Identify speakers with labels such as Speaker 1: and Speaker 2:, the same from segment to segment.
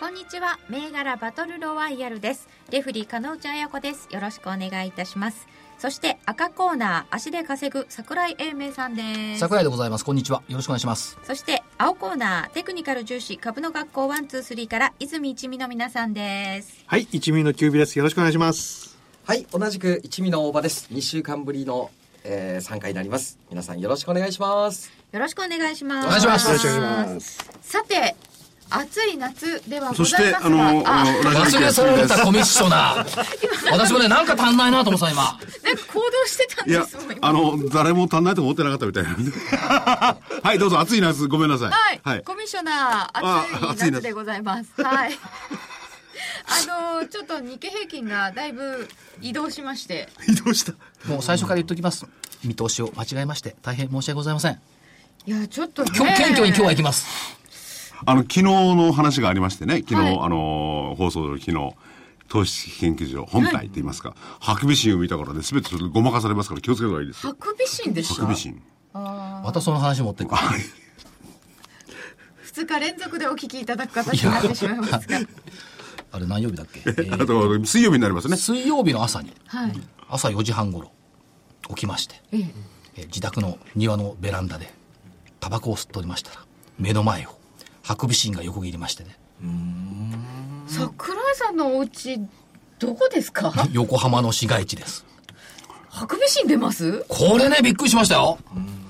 Speaker 1: こんにちは銘柄バトルロワイヤルですレフリー加納内彩子ですよろしくお願いいたしますそして赤コーナー足で稼ぐ桜井英明さんです
Speaker 2: 桜井でございますこんにちはよろしくお願いします
Speaker 1: そして青コーナーテクニカル重視株の学校ワンツースリーから泉一美の皆さんです
Speaker 3: はい、一味のキュービです。よろしくお願いします。
Speaker 4: はい、同じく一味の大場です。2週間ぶりの、えー、参加になります。皆さんよろしくお願いします。
Speaker 1: よろしくお願いします
Speaker 2: お願いします
Speaker 3: よろしくお願いします。
Speaker 1: さて暑い夏ではご
Speaker 5: そし
Speaker 1: ざい
Speaker 5: て、
Speaker 1: ます
Speaker 5: あの、
Speaker 1: があ
Speaker 5: あの、ラジ
Speaker 2: 忘
Speaker 5: オ
Speaker 2: れ
Speaker 5: 休
Speaker 2: 去ら
Speaker 5: み
Speaker 2: れ
Speaker 5: です
Speaker 2: た。コミッショナー私もねなんか足んないなと思ってた今
Speaker 1: なんか行動してたん
Speaker 5: い
Speaker 1: で
Speaker 5: や
Speaker 1: すもん、今
Speaker 5: あの、誰も足んないと思ってなかったみたいなんで。はい、どうぞ、暑い夏、ごめんなさい。
Speaker 1: はい、コミッショナ
Speaker 5: あ
Speaker 1: ー、暑い
Speaker 5: 暑
Speaker 1: 夏
Speaker 5: い夏
Speaker 1: でございます。はい。 あのちょっと日経平均がだいぶ移動しまして、
Speaker 5: 移動した。
Speaker 2: もう最初から言っときます見通しを間違えまして大変申し訳ございません
Speaker 1: いや、ちょっとね、
Speaker 2: 今日謙虚に今日は行きます
Speaker 5: あの、昨日の話がありましてね、昨日、
Speaker 1: はい
Speaker 5: あの、放送の昨日、投資研究所本体って言いますか、ハクビシンを見たからね、すべてそれごまかされますから気をつけた方がいいですよ。
Speaker 1: ハクビシンでし
Speaker 5: ハ
Speaker 1: た
Speaker 5: クビシン。
Speaker 2: またその話持ってく る
Speaker 5: はい。
Speaker 1: 2日連続でお聞きいただく形になってしまいますが、
Speaker 2: あれ何曜日だっけ、えー
Speaker 5: あと、水曜日になりますね。
Speaker 2: 水曜日の朝に
Speaker 1: はい。
Speaker 2: 朝4時半頃起きまして、
Speaker 1: ええ
Speaker 2: えー自宅の庭のベランダでタバコを吸っておりましたら目の前をハクビシンが横切りましてね
Speaker 1: 桜井さんのお家どこですか？
Speaker 2: 横浜の市街地です
Speaker 1: ハクビシン出ます？
Speaker 2: これねびっくりしましたよ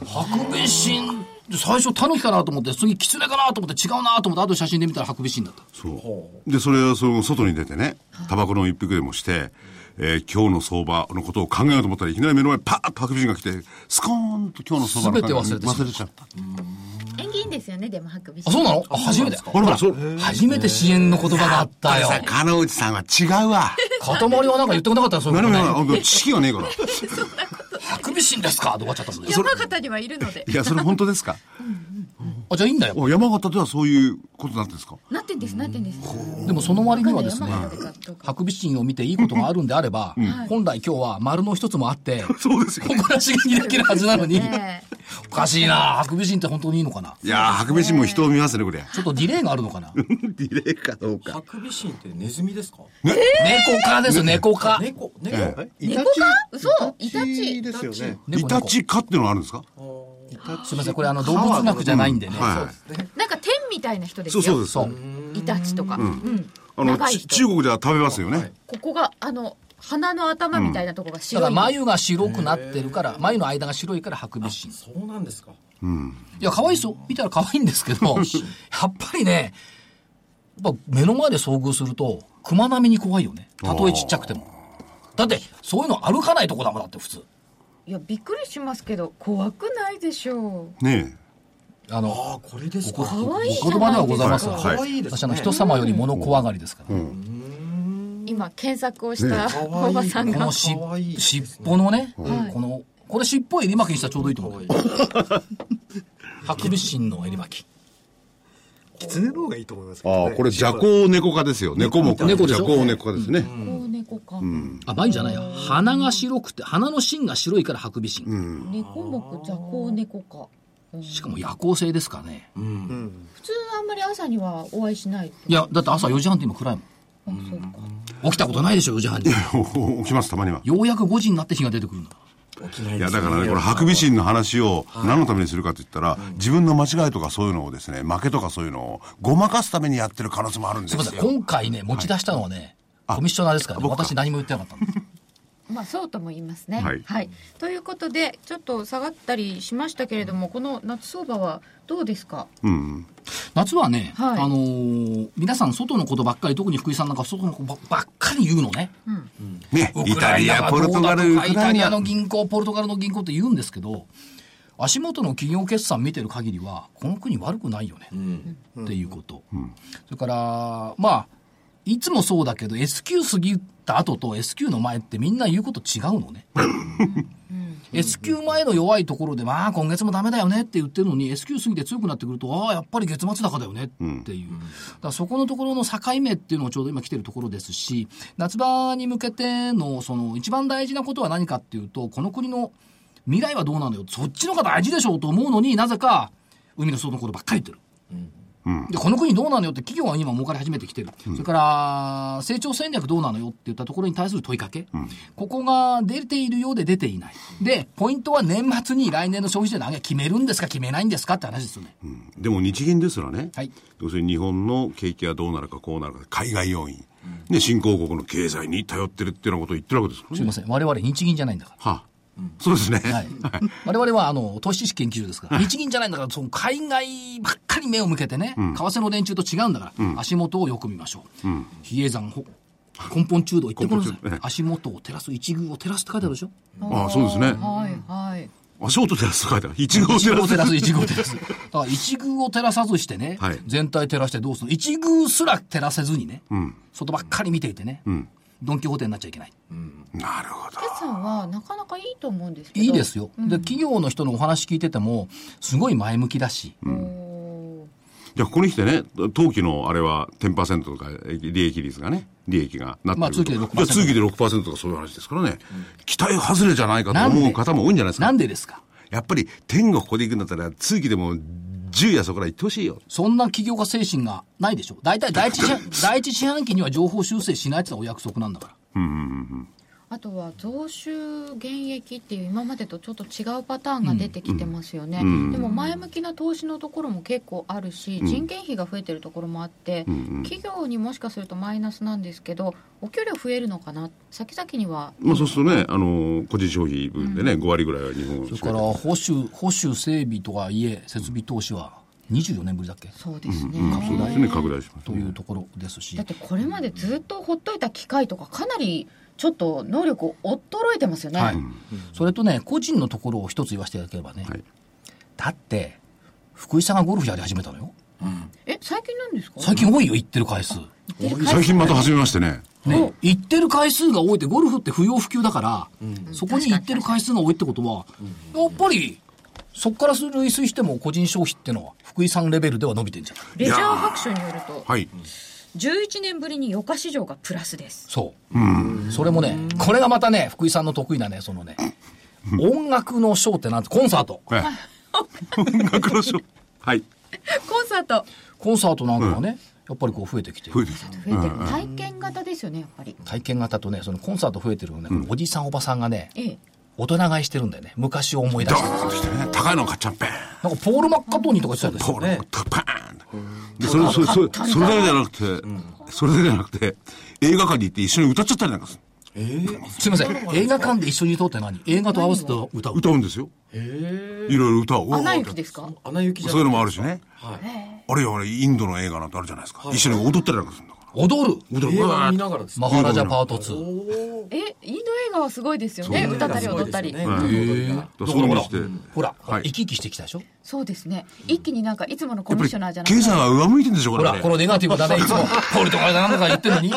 Speaker 2: ハクビシン最初タヌキかなと思って次キツネかなと思って違うなと思って後で写真で見たらハクビシンだった
Speaker 5: そう。で、それをその外に出てね、タバコの一服でもして、えー今日の相場のことを考えようと思ったらいきなり目の前にパーッとハクビシンが来て、スコーンと今日の相場の考え
Speaker 2: 全て忘れてしまった
Speaker 5: ちゃった。
Speaker 1: 縁起いいんですよね、でもハクビシ
Speaker 2: あ
Speaker 1: ン。
Speaker 2: そうなのあ初めて
Speaker 5: ほら、そう。
Speaker 2: 初めて支援の言葉があったよ
Speaker 5: さ、金内さんは違うわ。
Speaker 2: 塊はなんか言ってこなかったらそういうこ
Speaker 5: 何
Speaker 2: と
Speaker 5: も
Speaker 2: ね
Speaker 5: 言わないあんた知識がねえから。
Speaker 2: ハクビシンですかとかっちゃったもんね
Speaker 1: 山形にはいるので
Speaker 5: い。や、それ本当ですか。
Speaker 2: あじゃあいいんだよ
Speaker 5: お山形ではそういうことなんですか。
Speaker 1: なってんです、なってんです。
Speaker 2: でもその割にはですね
Speaker 1: 山形かどうか
Speaker 2: ハクビシンを見ていいことがあるんであれば、本来今日は丸の一つもあって、
Speaker 5: そうですよ。
Speaker 2: ここらしがにできるはずなのに、
Speaker 1: ええ
Speaker 2: おかしいなハクビシンって本当にいいのかない
Speaker 5: やー、ハクビシンも人を見ますね、これ。
Speaker 2: ちょっとディレイがあるのかな
Speaker 5: ディレイかどう
Speaker 4: ハ。クビシンってネズミですか
Speaker 2: 猫科ですよ、猫科。
Speaker 4: 猫猫、
Speaker 5: ええ
Speaker 3: イタチ
Speaker 1: 嘘
Speaker 3: イタチですよね。
Speaker 5: イ
Speaker 2: 猫
Speaker 5: タ
Speaker 2: 猫す
Speaker 5: チ科っていうのがあるんですか
Speaker 2: みません、これあの動物学じゃないんでね。
Speaker 5: は
Speaker 1: なんか天みたいな人で
Speaker 5: い。
Speaker 1: す
Speaker 5: そ
Speaker 1: よ。
Speaker 5: うそうです。
Speaker 2: そう。
Speaker 1: イタチとか、うん
Speaker 5: あの、
Speaker 1: 長い
Speaker 5: ち
Speaker 1: 人
Speaker 5: 中国では食べますよね。
Speaker 1: ここがあの鼻の頭みたいなとこが
Speaker 2: だ
Speaker 1: 白
Speaker 2: か
Speaker 1: い、
Speaker 2: ら眉が白くなってるから、眉の間が白いからハクビシン。い
Speaker 4: そうなんですか
Speaker 2: や、可愛いですよ。見たら可愛いんですけど、やっぱりね、やっぱ目の前で遭遇すると、熊並みに怖いよね。たとえちっちゃくても。だって、そういうの歩かないとこだもんだって、普通。
Speaker 1: いやびっくりしますけど怖くないでしょう
Speaker 5: ね
Speaker 2: あの、
Speaker 4: あこれですか
Speaker 2: ご
Speaker 1: 可愛いじゃないですか
Speaker 2: 言葉ではございますが、
Speaker 5: はい
Speaker 4: 可愛いですね
Speaker 2: 私あの人様より物怖がりですから、
Speaker 1: 今検索を した
Speaker 4: え
Speaker 1: おばさん
Speaker 2: こ
Speaker 1: が
Speaker 2: のし
Speaker 4: 可愛いです
Speaker 2: 尻
Speaker 4: ね
Speaker 2: 尾のね、
Speaker 1: はい
Speaker 2: このこれ尻尾襟巻きにしたらちょうどいいと思うねハクビシンの襟巻き
Speaker 3: キツネの方がいいと思います
Speaker 5: え。
Speaker 3: けど、ね。
Speaker 5: ああ、これ、ジャコウネコ科ですよ。猫も科。
Speaker 2: 猫で
Speaker 5: ジ
Speaker 2: しょ
Speaker 5: ャコウネコ科ですね。
Speaker 1: 猫猫か、
Speaker 2: あ眉じゃないや鼻が白くて鼻の芯が白いからハクビシン、
Speaker 1: 猫目雑魚猫か
Speaker 2: しかも夜行性ですからね、
Speaker 1: 普通あんまり朝にはお会いしない
Speaker 2: いやだって朝4時半って今暗いもん
Speaker 1: あそうか
Speaker 2: 起きたことないでしょ4時半に
Speaker 5: 起きます、たまには。
Speaker 2: ようやく5時になって日が出てくるんだ
Speaker 4: 起きない
Speaker 5: い
Speaker 4: で
Speaker 5: や
Speaker 4: す
Speaker 5: だからね、これ、ハクビシンの話を何のためにするかと言ったら、自分の間違いとかそういうのをですね、負けとかそういうのをごまかすためにやってる可能性もあるんです
Speaker 2: すいま
Speaker 5: よ。
Speaker 2: せん今回ね持ち出したのはね、コミッショナーですからね
Speaker 5: 僕か
Speaker 2: 私何も言ってなかったの
Speaker 1: まあそうとも言いますねは
Speaker 5: はいい、
Speaker 1: ということでちょっと下がったりしましたけれどもこの夏相場はどうですか
Speaker 5: うん。
Speaker 2: 夏はね、
Speaker 1: はい
Speaker 2: あのー皆さん外のことばっかり特に福井さんなんか外のことばっかり言うのね
Speaker 5: ね、イタリア、ポルトガル、ウ
Speaker 2: ウク
Speaker 5: ク
Speaker 2: ラ
Speaker 5: ラ
Speaker 2: イ
Speaker 5: イ
Speaker 2: ナ
Speaker 5: ナ
Speaker 2: の。銀行ポルトガルの銀行って言うんですけど足元の企業決算見てる限りは、この国悪くないよね、っていうこと。それから、まあ、いつもそうだけど、S q 過ぎた後と S q の前ってみんな言うこと違うの ね。S q 前の弱いところで、まあ今月もダメだよねって言ってるのに、S q 過ぎて強くなってくると、ああ、やっぱり月末高だよねっていう。だからそこのところの境目っていうのをちょうど今来てるところですし、夏場に向けての、その一番大事なことは何かっていうと、この国の未来はどうなのよ。そっちの方が大事でしょうと思うのになぜか、海の底のことばっかり言ってる。でこの国どうなのよって企業は今儲かり始めてきてる、それから成長戦略どうなのよって言ったところに対する問いかけ、ここが出ているようで出ていないでポイントは年末に来年の消費税の上げ決めるんですか決めないんですかって話ですよね、
Speaker 5: でも日銀ですらね、
Speaker 2: はい
Speaker 5: 要するに日本の景気はどうなるかこうなるか、海外要因、ね、新興国の経済に頼ってるっていうようなことを言ってるわけですから
Speaker 2: すい
Speaker 5: ね。
Speaker 2: ません我々日銀じゃないんだか
Speaker 5: はあそうですね。
Speaker 2: ら、はい、 我々はあの投資知識研究所ですから日銀じゃないんだからその海外ばっかり目を向けてね、為替の連中と違うんだから、足元をよく見ましょう、比叡山ほ根本中道行ってこなさい
Speaker 5: 根本中道ええ
Speaker 2: 足元を照らす一遇を照らすって書いてあるでしょ、
Speaker 5: ああ、そうですね。
Speaker 6: はいはい。
Speaker 5: 足音照らすと書いてある。一号
Speaker 2: 一
Speaker 5: 照
Speaker 2: 宮を
Speaker 5: らす
Speaker 2: 照。らす、一宮を照らす。だから、一宮を照らさずしてね、
Speaker 5: はい
Speaker 2: 全体照らしてどうするの一宮すら照らせずにね、外ばっかり見ていてね、ドン・キホーテになっちゃいけない。
Speaker 5: なるほど。
Speaker 1: 決算はなかなかいいと思うんですけど
Speaker 2: いいですよ、で、企業の人のお話聞いてても、すごい前向きだし、
Speaker 5: じゃあ、ここに来てね、当期のあれは10%とか、え利益率がね、利益がなってる。
Speaker 2: まあ通期で6%
Speaker 5: じゃあ通期で6%とかそういう話ですからね、期待外れじゃないかと
Speaker 2: なん
Speaker 5: 思
Speaker 2: で
Speaker 5: う方も多いんじゃないですか。
Speaker 2: なんでですか
Speaker 5: やっぱり、天がここで行くんだったら、通期でも10やそこら行ってほしいよ。
Speaker 2: そんな企業家精神がないでしょ。大体第一 四半、第一四半期には情報修正しないってのはお約束なんだから。
Speaker 1: あとは増収減益っていう今までとちょっと違うパターンが出てきてますよね、でも前向きな投資のところも結構あるし、人件費が増えてるところもあって、企業にもしかするとマイナスなんですけどお給料増えるのかな先々には
Speaker 5: まあ、そうするとね、あの、個人消費分でね、5割ぐらいは日本を占め
Speaker 2: そ
Speaker 5: て
Speaker 2: れから、保守、保守整備とはいえ、設備投資は24年ぶりだっけ
Speaker 1: そうですね、
Speaker 5: そうですね、拡大します
Speaker 2: と
Speaker 5: ね。
Speaker 2: いうところですし
Speaker 1: だっ。てこれまでずっとほっといた機会とかかなりちょっと能力を衰えてますよね、
Speaker 2: はい、それとね、個人のところを一つ言わせていただければね、
Speaker 5: はい
Speaker 2: だって、福井さんがゴルフやり始めたのよ、
Speaker 1: え最近なんですか
Speaker 2: 最近多いよ、行ってる回数、
Speaker 5: 最近また始めましてね。
Speaker 2: ね、行ってる回数が多いって、ゴルフって不要不急だから、そこに行ってる回数が多いってことは、やっぱり、そこから類推しても、個人消費ってのは、福井さんレベルでは伸びてんじゃない
Speaker 1: レジャー白書によると
Speaker 5: はい。
Speaker 1: 11年ぶりに余価市場がプラスです
Speaker 2: そう、それもね、これがまたね、福井さんの得意なね、その ね、音楽のショーってなんて、コンサート。
Speaker 5: え え音楽の賞。はい。
Speaker 1: コンサート
Speaker 2: コンサートなんかはね、やっぱりこう増えてきてる
Speaker 5: 増えてきた。
Speaker 1: 増えてる体験型ですよねやっぱり
Speaker 2: 体験型とね、そのコンサート増えてるのね、このおじさんおばさんがね、
Speaker 1: ええ
Speaker 2: 大人買いしてるんだよね。昔を思い出
Speaker 5: ド
Speaker 2: して。
Speaker 5: ーンとしてね、高いの買っちゃっぺーん。
Speaker 2: なんかポール・マッカートニーとか言ってた
Speaker 5: ポ
Speaker 2: ん
Speaker 5: ー
Speaker 2: ですよ
Speaker 5: ル
Speaker 2: ね。
Speaker 5: とパーンで、それ、それ、それ、それだけじゃなくて、それだけじゃなくて、映画館に行って一緒に歌っちゃったりなんかする
Speaker 2: すいません。映画館で一緒に歌うって何映画と合わせて歌う。
Speaker 5: 歌うんですよ。いろいろ歌を。
Speaker 1: 穴行きですか
Speaker 4: 穴行きじゃ
Speaker 5: そういうのもあるし
Speaker 4: ね。
Speaker 5: ね。あるいはねインドの映画なんてあるじゃないですか。一緒に踊ったりなんかするんだから。
Speaker 2: 踊る
Speaker 5: 踊
Speaker 4: 映
Speaker 5: る。
Speaker 4: 画
Speaker 5: わ
Speaker 4: を見
Speaker 5: ーっ
Speaker 4: ながらです
Speaker 2: マ
Speaker 4: ね。
Speaker 2: ハラジャパート2。
Speaker 1: えインド映画はすごいですよね歌ったり踊ったり、
Speaker 4: そう
Speaker 5: え
Speaker 4: なんですよね
Speaker 5: とそういうのにして。や
Speaker 2: ほら、
Speaker 5: はい
Speaker 2: 生き生きしてきたでしょ
Speaker 1: そうですね一気になんかいつものコ
Speaker 5: っ
Speaker 1: ミ
Speaker 5: ぱ
Speaker 1: ッ
Speaker 5: り
Speaker 1: ショナーじゃ、なく
Speaker 5: 経済は上向いてんでしょ、こ
Speaker 2: ほ
Speaker 5: れ
Speaker 2: ら、
Speaker 5: ね。
Speaker 2: このネガティブだね、いつも。ポールとかなんとか言ってるのに、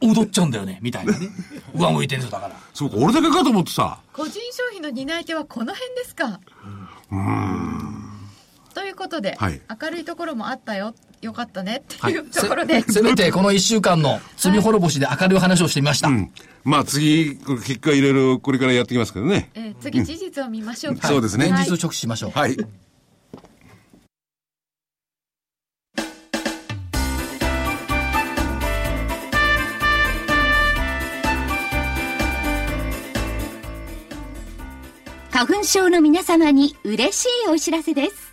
Speaker 2: 踊っちゃうんだよね、みたいなね。上向いてるんだから。
Speaker 5: そうか、俺だけかと思ってさ。
Speaker 1: 個人消費の担い手はこの辺ですかということで、
Speaker 5: はい
Speaker 1: 明るいところもあったよよかったねって
Speaker 2: はいいう
Speaker 1: ところで、
Speaker 2: せめてこの一週間の罪滅ぼしで明るい話をしてみました。
Speaker 5: まあ次、これ結果いろいろこれからやってきますけどね。
Speaker 1: えー次事実を見ましょうか、
Speaker 5: そうですね
Speaker 2: 現
Speaker 1: はい
Speaker 2: 実を直視しましょう。
Speaker 5: はい。
Speaker 7: 花粉症の皆様に嬉しいお知らせです。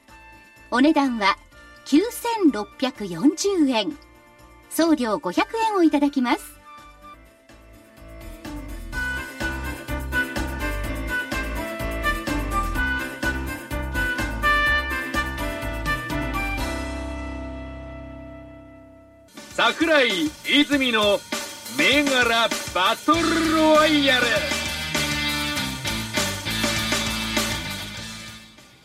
Speaker 7: お値段は9640円送料500円をいただきます
Speaker 8: 桜井泉の銘柄バトルロワイヤル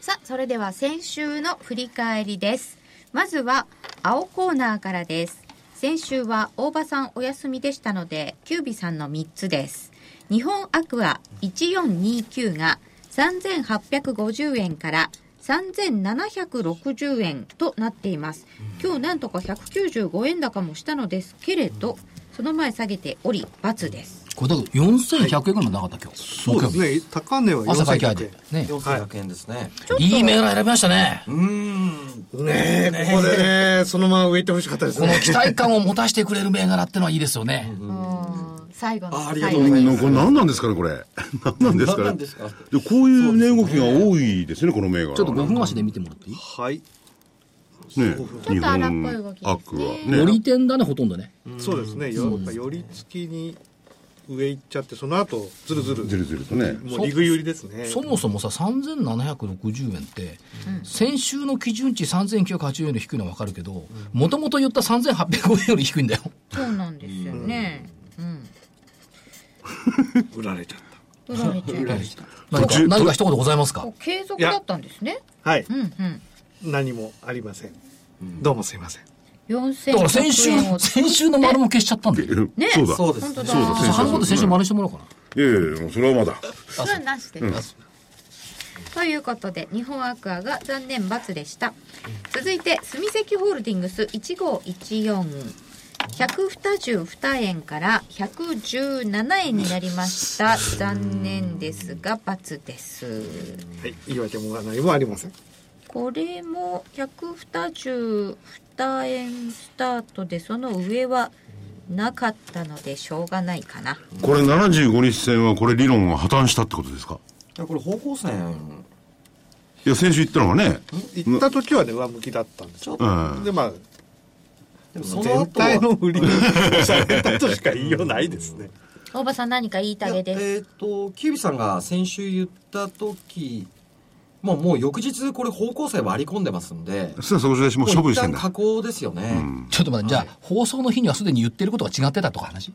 Speaker 1: さあ、それでは先週の振り返りです。まずは、青コーナーからです。先週は大場さんお休みでしたので、キュービさんの3つです。日本アクア1429が3850円から3760円となっています。今日なんとか195円高もしたのですけれど、その前下げており、×です。
Speaker 2: これだけ4100円ぐらいなかった今日。
Speaker 3: そうですね。高値は
Speaker 2: 朝会計
Speaker 3: 4,900
Speaker 2: あて。ね。
Speaker 4: 4100円ですね。
Speaker 2: いい銘柄選びましたね。
Speaker 4: うーん。
Speaker 3: ねえ、ここでね、 そのまま植えてほしかったです
Speaker 2: この
Speaker 3: ね。
Speaker 2: 期待感を持たせてくれる銘柄ってのはいいですよね。
Speaker 9: うん最後の
Speaker 4: ああり
Speaker 9: 最
Speaker 4: がと
Speaker 9: 後
Speaker 4: うござい
Speaker 9: に
Speaker 4: ま
Speaker 5: な
Speaker 4: す。
Speaker 5: これ何なんですかね、これ。 何なんですか
Speaker 4: 何
Speaker 5: ね。
Speaker 4: なんですか
Speaker 5: でこういう値動きが多いですね、この銘柄は。
Speaker 2: ちょっと5分足で見てもらっていい
Speaker 3: はい。
Speaker 5: ね、
Speaker 9: と
Speaker 5: 日
Speaker 9: 荒っ
Speaker 5: 本
Speaker 9: ぽい動きですね
Speaker 5: アクア。
Speaker 2: より
Speaker 5: ね。
Speaker 2: 点だね、ほとんどね。
Speaker 3: そうですね。よ寄り付きに上行っちゃって、その後、ずるずる。
Speaker 5: ずるずるとね。
Speaker 3: もうリグ寄りですね。
Speaker 2: そもそもさ、3760円って、先週の基準値3980円で低いのはわかるけど、もともと言った3805円より低いんだよ。
Speaker 1: そうなんですよね。うん。
Speaker 3: 売られちゃっ
Speaker 9: 取られちゃいました
Speaker 2: 何か、
Speaker 5: 途中
Speaker 2: 何か一言ございますか
Speaker 1: こう継続だったんですね。
Speaker 3: た。はい。
Speaker 1: うんうん。
Speaker 3: 何もありません。どうもすいません。
Speaker 2: だから先週
Speaker 1: 4100円、を
Speaker 2: 先週の丸も消しちゃったんだよ。
Speaker 5: ねそうだ。
Speaker 4: そう
Speaker 5: い
Speaker 4: ですね。
Speaker 5: そうだ
Speaker 2: さあ、ハンコで先週丸にしてもらおうかな。
Speaker 5: やいやいや、もうそれはまだ。
Speaker 1: それはなしで、ということで日本アクアが残念×でした続いて住関ホールディングス1514122円から117円になりました残念ですが×です
Speaker 3: はい。言い訳も何もありません。
Speaker 1: これも122円スタートでその上はなかったのでしょうがないかな
Speaker 5: これ75日線はこれ理論が破綻したってことですか
Speaker 4: いやこれ方向線、
Speaker 5: いや、先週言ったのはね、
Speaker 3: 行った時はね、上向きだったんですよ。
Speaker 5: うん
Speaker 3: で、まあ、
Speaker 4: でもその
Speaker 3: 全
Speaker 4: 後は
Speaker 3: 体の売りにされたとしか言いようないですね。
Speaker 1: 大場さん何か言いたげ
Speaker 4: い
Speaker 1: で
Speaker 4: や
Speaker 1: す
Speaker 4: えっ、とキュービさんが先週言った時もうもう翌日これ方向性割り込んでますんで
Speaker 5: そしたらそこじゃしもう処
Speaker 4: もう
Speaker 5: 分
Speaker 4: 一
Speaker 5: してん
Speaker 4: 旦
Speaker 5: だ。
Speaker 4: 加工ですよね、
Speaker 2: ちょっと待って、じゃあ、放送の日にはすでに言ってることが違ってたとか話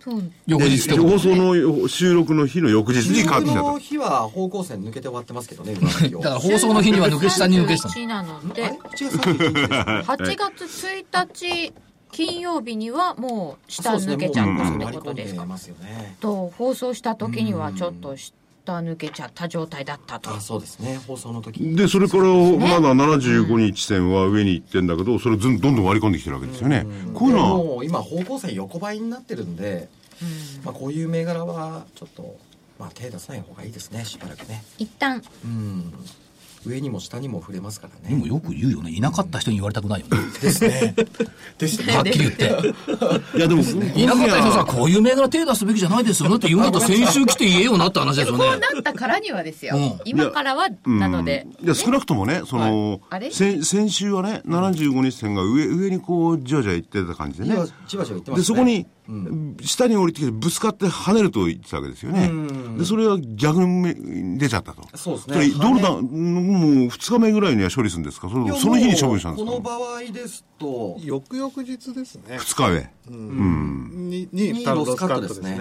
Speaker 1: そう
Speaker 2: 翌
Speaker 5: いや
Speaker 2: 日ってこと
Speaker 5: 放送の収録の日の翌日に
Speaker 4: 収
Speaker 5: 変わっ
Speaker 4: 録
Speaker 5: てきた
Speaker 4: の
Speaker 5: と。
Speaker 4: 日は方向線抜けて終わってます けどね今の日を
Speaker 2: だから放送の日には抜け下に抜け下。
Speaker 9: 31なの
Speaker 4: あれ
Speaker 9: で
Speaker 4: 1月31日ですね
Speaker 9: 8月1日金曜日にはもう下
Speaker 4: そうですね
Speaker 9: 抜けちゃったってことです
Speaker 4: もう割り込
Speaker 9: か
Speaker 4: んますよね
Speaker 9: と放送した時にはちょっと下抜けちゃった状態だったと
Speaker 4: あそうですね放送の時
Speaker 5: で、それからまだ75日線は上に行ってんだけど、それをずんどんどん割り込んできてるわけですよね。こういうのは、
Speaker 4: もう今方向線横ばいになってるんで、まあ、こういう銘柄はちょっと、まあ、手出さない方がいいですねしばらくね
Speaker 1: 一旦
Speaker 4: うん上にも下にも触れますからね
Speaker 2: でもよく言うよね。いなかった人に言われたくないよね。
Speaker 4: ですね。ですね
Speaker 2: はっきり言って。
Speaker 5: いやでも、
Speaker 2: いなかった人さ、こういう銘柄手出すべきじゃないですよねって言うんだったら先週来て言えよなって話ですよね。
Speaker 9: なったからにはですよ、
Speaker 2: うん
Speaker 9: 今からはなので、
Speaker 5: いや、少なくともね、その、
Speaker 9: あれ
Speaker 5: 先先週はね、75日線が上、上にこう、じわじわ行ってた感じでね
Speaker 4: 今。じわじわ言ってますね。
Speaker 5: で、そこに
Speaker 4: う、
Speaker 5: 下に降りてきて、ぶつかって跳ねると言ってたわけですよね。で、それは逆に出ちゃったと。
Speaker 4: そうですね
Speaker 5: れどうだ、もう二日目ぐらいには処理するんですかそれともその日に処分したんですか
Speaker 4: この場合ですと、
Speaker 3: 翌々日ですね。
Speaker 5: 二日上。
Speaker 3: に、に、
Speaker 4: に
Speaker 3: 多分
Speaker 4: ロスカットですね。。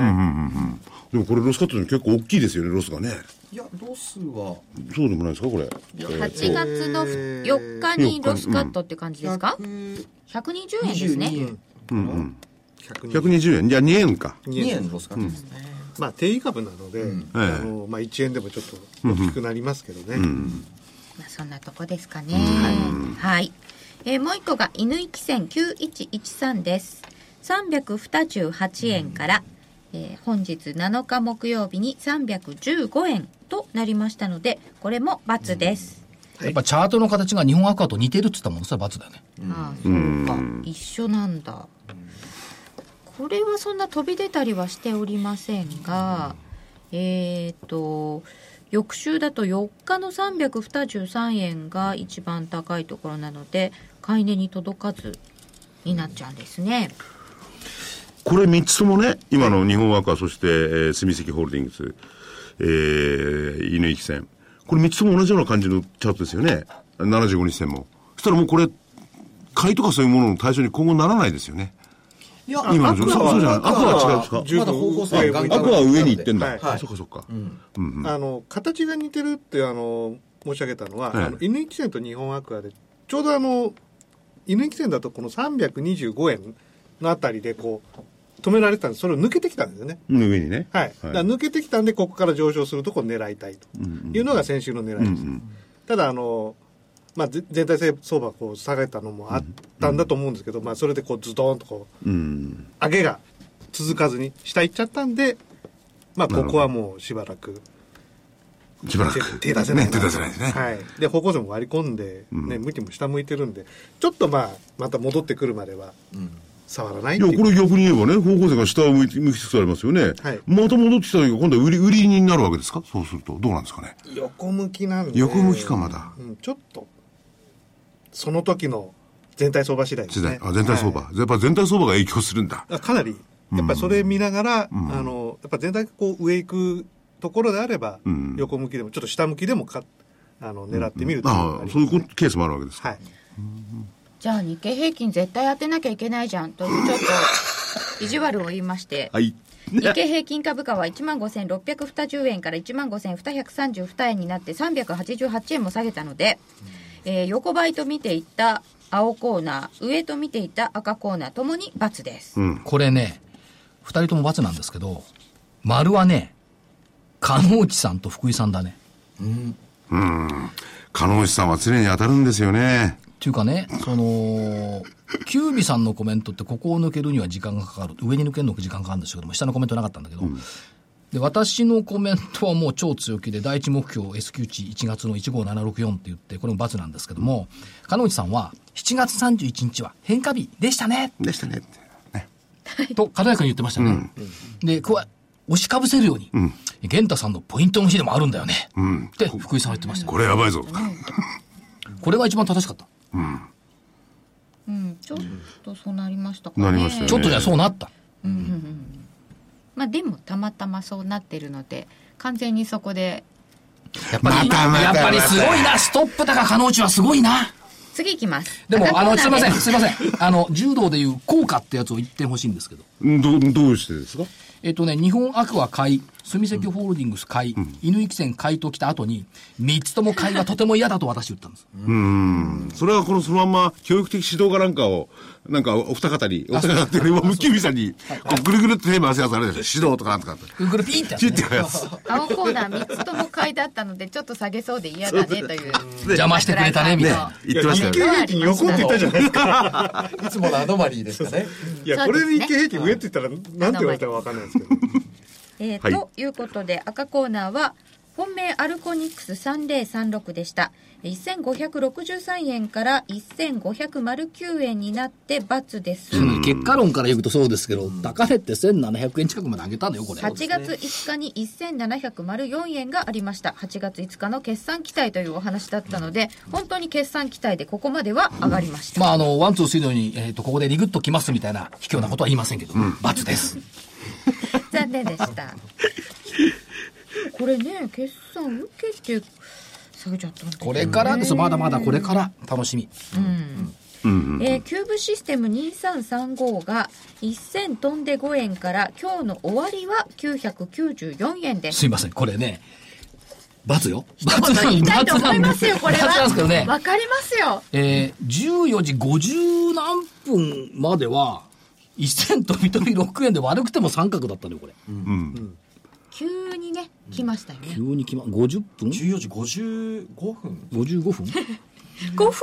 Speaker 5: でもこれロスカットでも結構大きいですよね、ロスがね。
Speaker 4: いや、ロスは、
Speaker 5: そうでもないですかこれ。
Speaker 1: 8月の4日にロスカットって感じですか、
Speaker 4: 122
Speaker 1: 120円ですね
Speaker 4: 円。
Speaker 3: 120
Speaker 5: 120円。じゃあ2円か。
Speaker 4: 2円ロスカットですね。
Speaker 3: まあ、定位株なので、あのまあ、1円でもちょっと大きくなりますけどね、
Speaker 1: まあ、そんなとこですかね。はい。えーもう一個が犬行き線9113です。328円から、えー本日7日木曜日に315円となりましたので、これも×です。
Speaker 2: やっぱチャートの形が日本アクアと似てるって言ったもん、それは罰だよね。
Speaker 1: ああ、そうか。一緒なんだ。これはそんな飛び出たりはしておりませんが、えっ、と、翌週だと4日の323円が一番高いところなので、買い値に届かずになっちゃうんですね。
Speaker 5: これ3つともね、今の日本ワーカー、そして、えー、住関ホールディングス、えー、犬行き線。これ3つとも同じような感じのチャートですよね。75日線も。そしたらもうこれ、買いとかそういうものの対象に今後ならないですよね。
Speaker 4: いや
Speaker 5: 今の状況
Speaker 4: アクア
Speaker 5: そうじゃないアクアは違うんですか
Speaker 4: アクアまだ方向性が
Speaker 5: アクアは上に行ってんだ。
Speaker 3: はい
Speaker 5: あそっかそっか。
Speaker 3: あの形が似てるってあの申し上げたのは、
Speaker 5: はい
Speaker 3: あの犬一線と日本アクアでちょうどあの犬一線だとこの325円のあたりでこう止められてたんでそれを抜けてきたんですよね。
Speaker 5: うん上にね。
Speaker 3: はい、だから抜けてきたんでここから上昇するとこを狙いたいというのが先週の狙いです。ただあのまあ、ぜ全体相場がこう下げたのもあったんだと思うんですけど、まあ、それでこうズドーンとこう
Speaker 5: うん。
Speaker 3: 上げが続かずに下行っちゃったんで、まあ、ここはもうしばらく
Speaker 5: しばら
Speaker 3: 手
Speaker 5: く。
Speaker 3: 手出せない
Speaker 5: ね手出せないですね。
Speaker 3: はい、で方向性も割り込んで、ね向きも下向いてるんでちょっとまあまた戻ってくるまでは触らない
Speaker 5: い
Speaker 3: って
Speaker 5: や、
Speaker 3: いう
Speaker 5: これ逆に言えばね、方向性が下を向いて向きつつありますよね。
Speaker 3: はい
Speaker 5: また戻ってきた時が今度は売り、売りになるわけですかそうすると。どうなんですかね。
Speaker 3: 横向きなんで
Speaker 5: 横向きかまだ
Speaker 3: うん、ちょっとその時の全体相場次第です
Speaker 5: 時代
Speaker 3: ね。
Speaker 5: あ、全体相場。
Speaker 3: は
Speaker 5: やっぱ全体相場が影響するんだ。
Speaker 3: いかなりやっぱりそれ見ながら、あのやっぱ全体がこう上行くところであれば、
Speaker 5: ん
Speaker 3: 横向きでもちょっと下向きでもかあの狙ってみるっていうのが
Speaker 5: あ
Speaker 3: あ
Speaker 5: あ、
Speaker 3: ります
Speaker 5: そういうことケースもあるわけですか。
Speaker 3: はい
Speaker 1: じゃあ日経平均絶対当てなきゃいけないじゃんというちょっと意地悪を言いまして、
Speaker 5: はい。
Speaker 1: 日経平均株価は1万5620円から1万5232円になって388円も下げたので、えー横ばいと見ていた青コーナー上と見ていた赤コーナーともに×です、
Speaker 2: これね、二人とも罰なんですけど、丸はね、加納内さんと福井さんだね。
Speaker 5: 加納氏さんは常に当たるんですよね。
Speaker 2: っていうかね、その、キュービさんのコメントってここを抜けるには時間がかかる。上に抜けるのに時間かかるんですけども、下のコメントなかったんだけど、で、私のコメントはもう超強気で、第一目標 S q 値1月の15764って言って、これも×なんですけども、加納内さんは、7月31日は変化日でしたね
Speaker 5: でしたねって。ね。
Speaker 2: と、軽やかに言ってましたね。で、こう、押しかぶせるように、玄太さんのポイントの日でもあるんだよね。って、福井さんは言ってましたね。
Speaker 5: これやばいぞ。
Speaker 2: これが一番正しかった。
Speaker 1: うん、ちょっとそうなりましたかね
Speaker 5: なりましたよね。
Speaker 2: ちょっとね、そうなった。
Speaker 1: まあ、でもたまたまそうなってるので完全にそこで
Speaker 2: やっぱり、
Speaker 5: またまた
Speaker 2: やっぱりすごいな、ストップ高、加納内はすごいな。
Speaker 1: 次いきます
Speaker 2: でも、あ の、すいません、
Speaker 1: ん
Speaker 2: すいません。あの、柔道でいう効果ってやつを言ってほしいんですけど。
Speaker 5: うんどう、どうしてですか
Speaker 2: えっとね、日本アクア買い、住関ホールディングス買い、犬行き線買いと来た後に、三つとも買いがとても嫌だと私言ったんです。
Speaker 5: うん。それはこのそのまんま教育的指導家なんかを、なんかお二方に、お二方っていうよりも、ムッキービさんに、こうぐるぐるって手回すやつあるでしょ。指導とかなんとかって。
Speaker 2: ぐるぐるピー ってやつ
Speaker 5: チュ
Speaker 2: ね
Speaker 5: ッてやるやつ。
Speaker 1: 青コーナー3つとも買いだったのでちょっと下げそうで嫌だねという
Speaker 2: 邪魔してくれたね、みたいな。
Speaker 5: 言ってましたよ
Speaker 3: 日
Speaker 5: ね。
Speaker 3: 経平均横って言ったじゃないですか
Speaker 4: いつものアノマリーですかね。
Speaker 3: いや、
Speaker 1: そう
Speaker 3: こ
Speaker 1: です
Speaker 3: れ
Speaker 1: ね
Speaker 3: で日経平均上って言ったら、なんて言われたらわかんないですけど。
Speaker 1: えー
Speaker 5: はい
Speaker 1: ということで赤コーナーは本命アルコニックス3036でした1563円から1509円になって×です
Speaker 2: その結果論から言うとそうですけど、高値って1700円近くまで上げたんだよ、これ。
Speaker 1: 8月5日に1704円がありました8月5日の決算期待というお話だったので本当に決算期待でここまでは上がりました、
Speaker 2: まあ、あの、ワン、ツー、スリーのように、えっ、と、ここでリグッときますみたいな、卑怯なことは言いませんけど、罰です。
Speaker 1: 残念でした これね決算受けて下げちゃったんだよね
Speaker 2: これからです。まだまだこれから、楽しみ。
Speaker 1: えーキューブシステム2335が1000飛んで5円から今日の終わりは994円で す
Speaker 2: すいません、これね、罰よ。
Speaker 1: ちょっと言いたいと思いますよ
Speaker 2: 罰
Speaker 1: これは
Speaker 2: なんですけどね。
Speaker 1: わかりますよ
Speaker 2: えー、14時50何分までは、1000飛び飛び6円で悪くても三角だったのよ、これ。
Speaker 9: 急にね来ましたよね
Speaker 2: 急に決ま50分
Speaker 4: 14時55分
Speaker 2: ?55 分
Speaker 9: 5分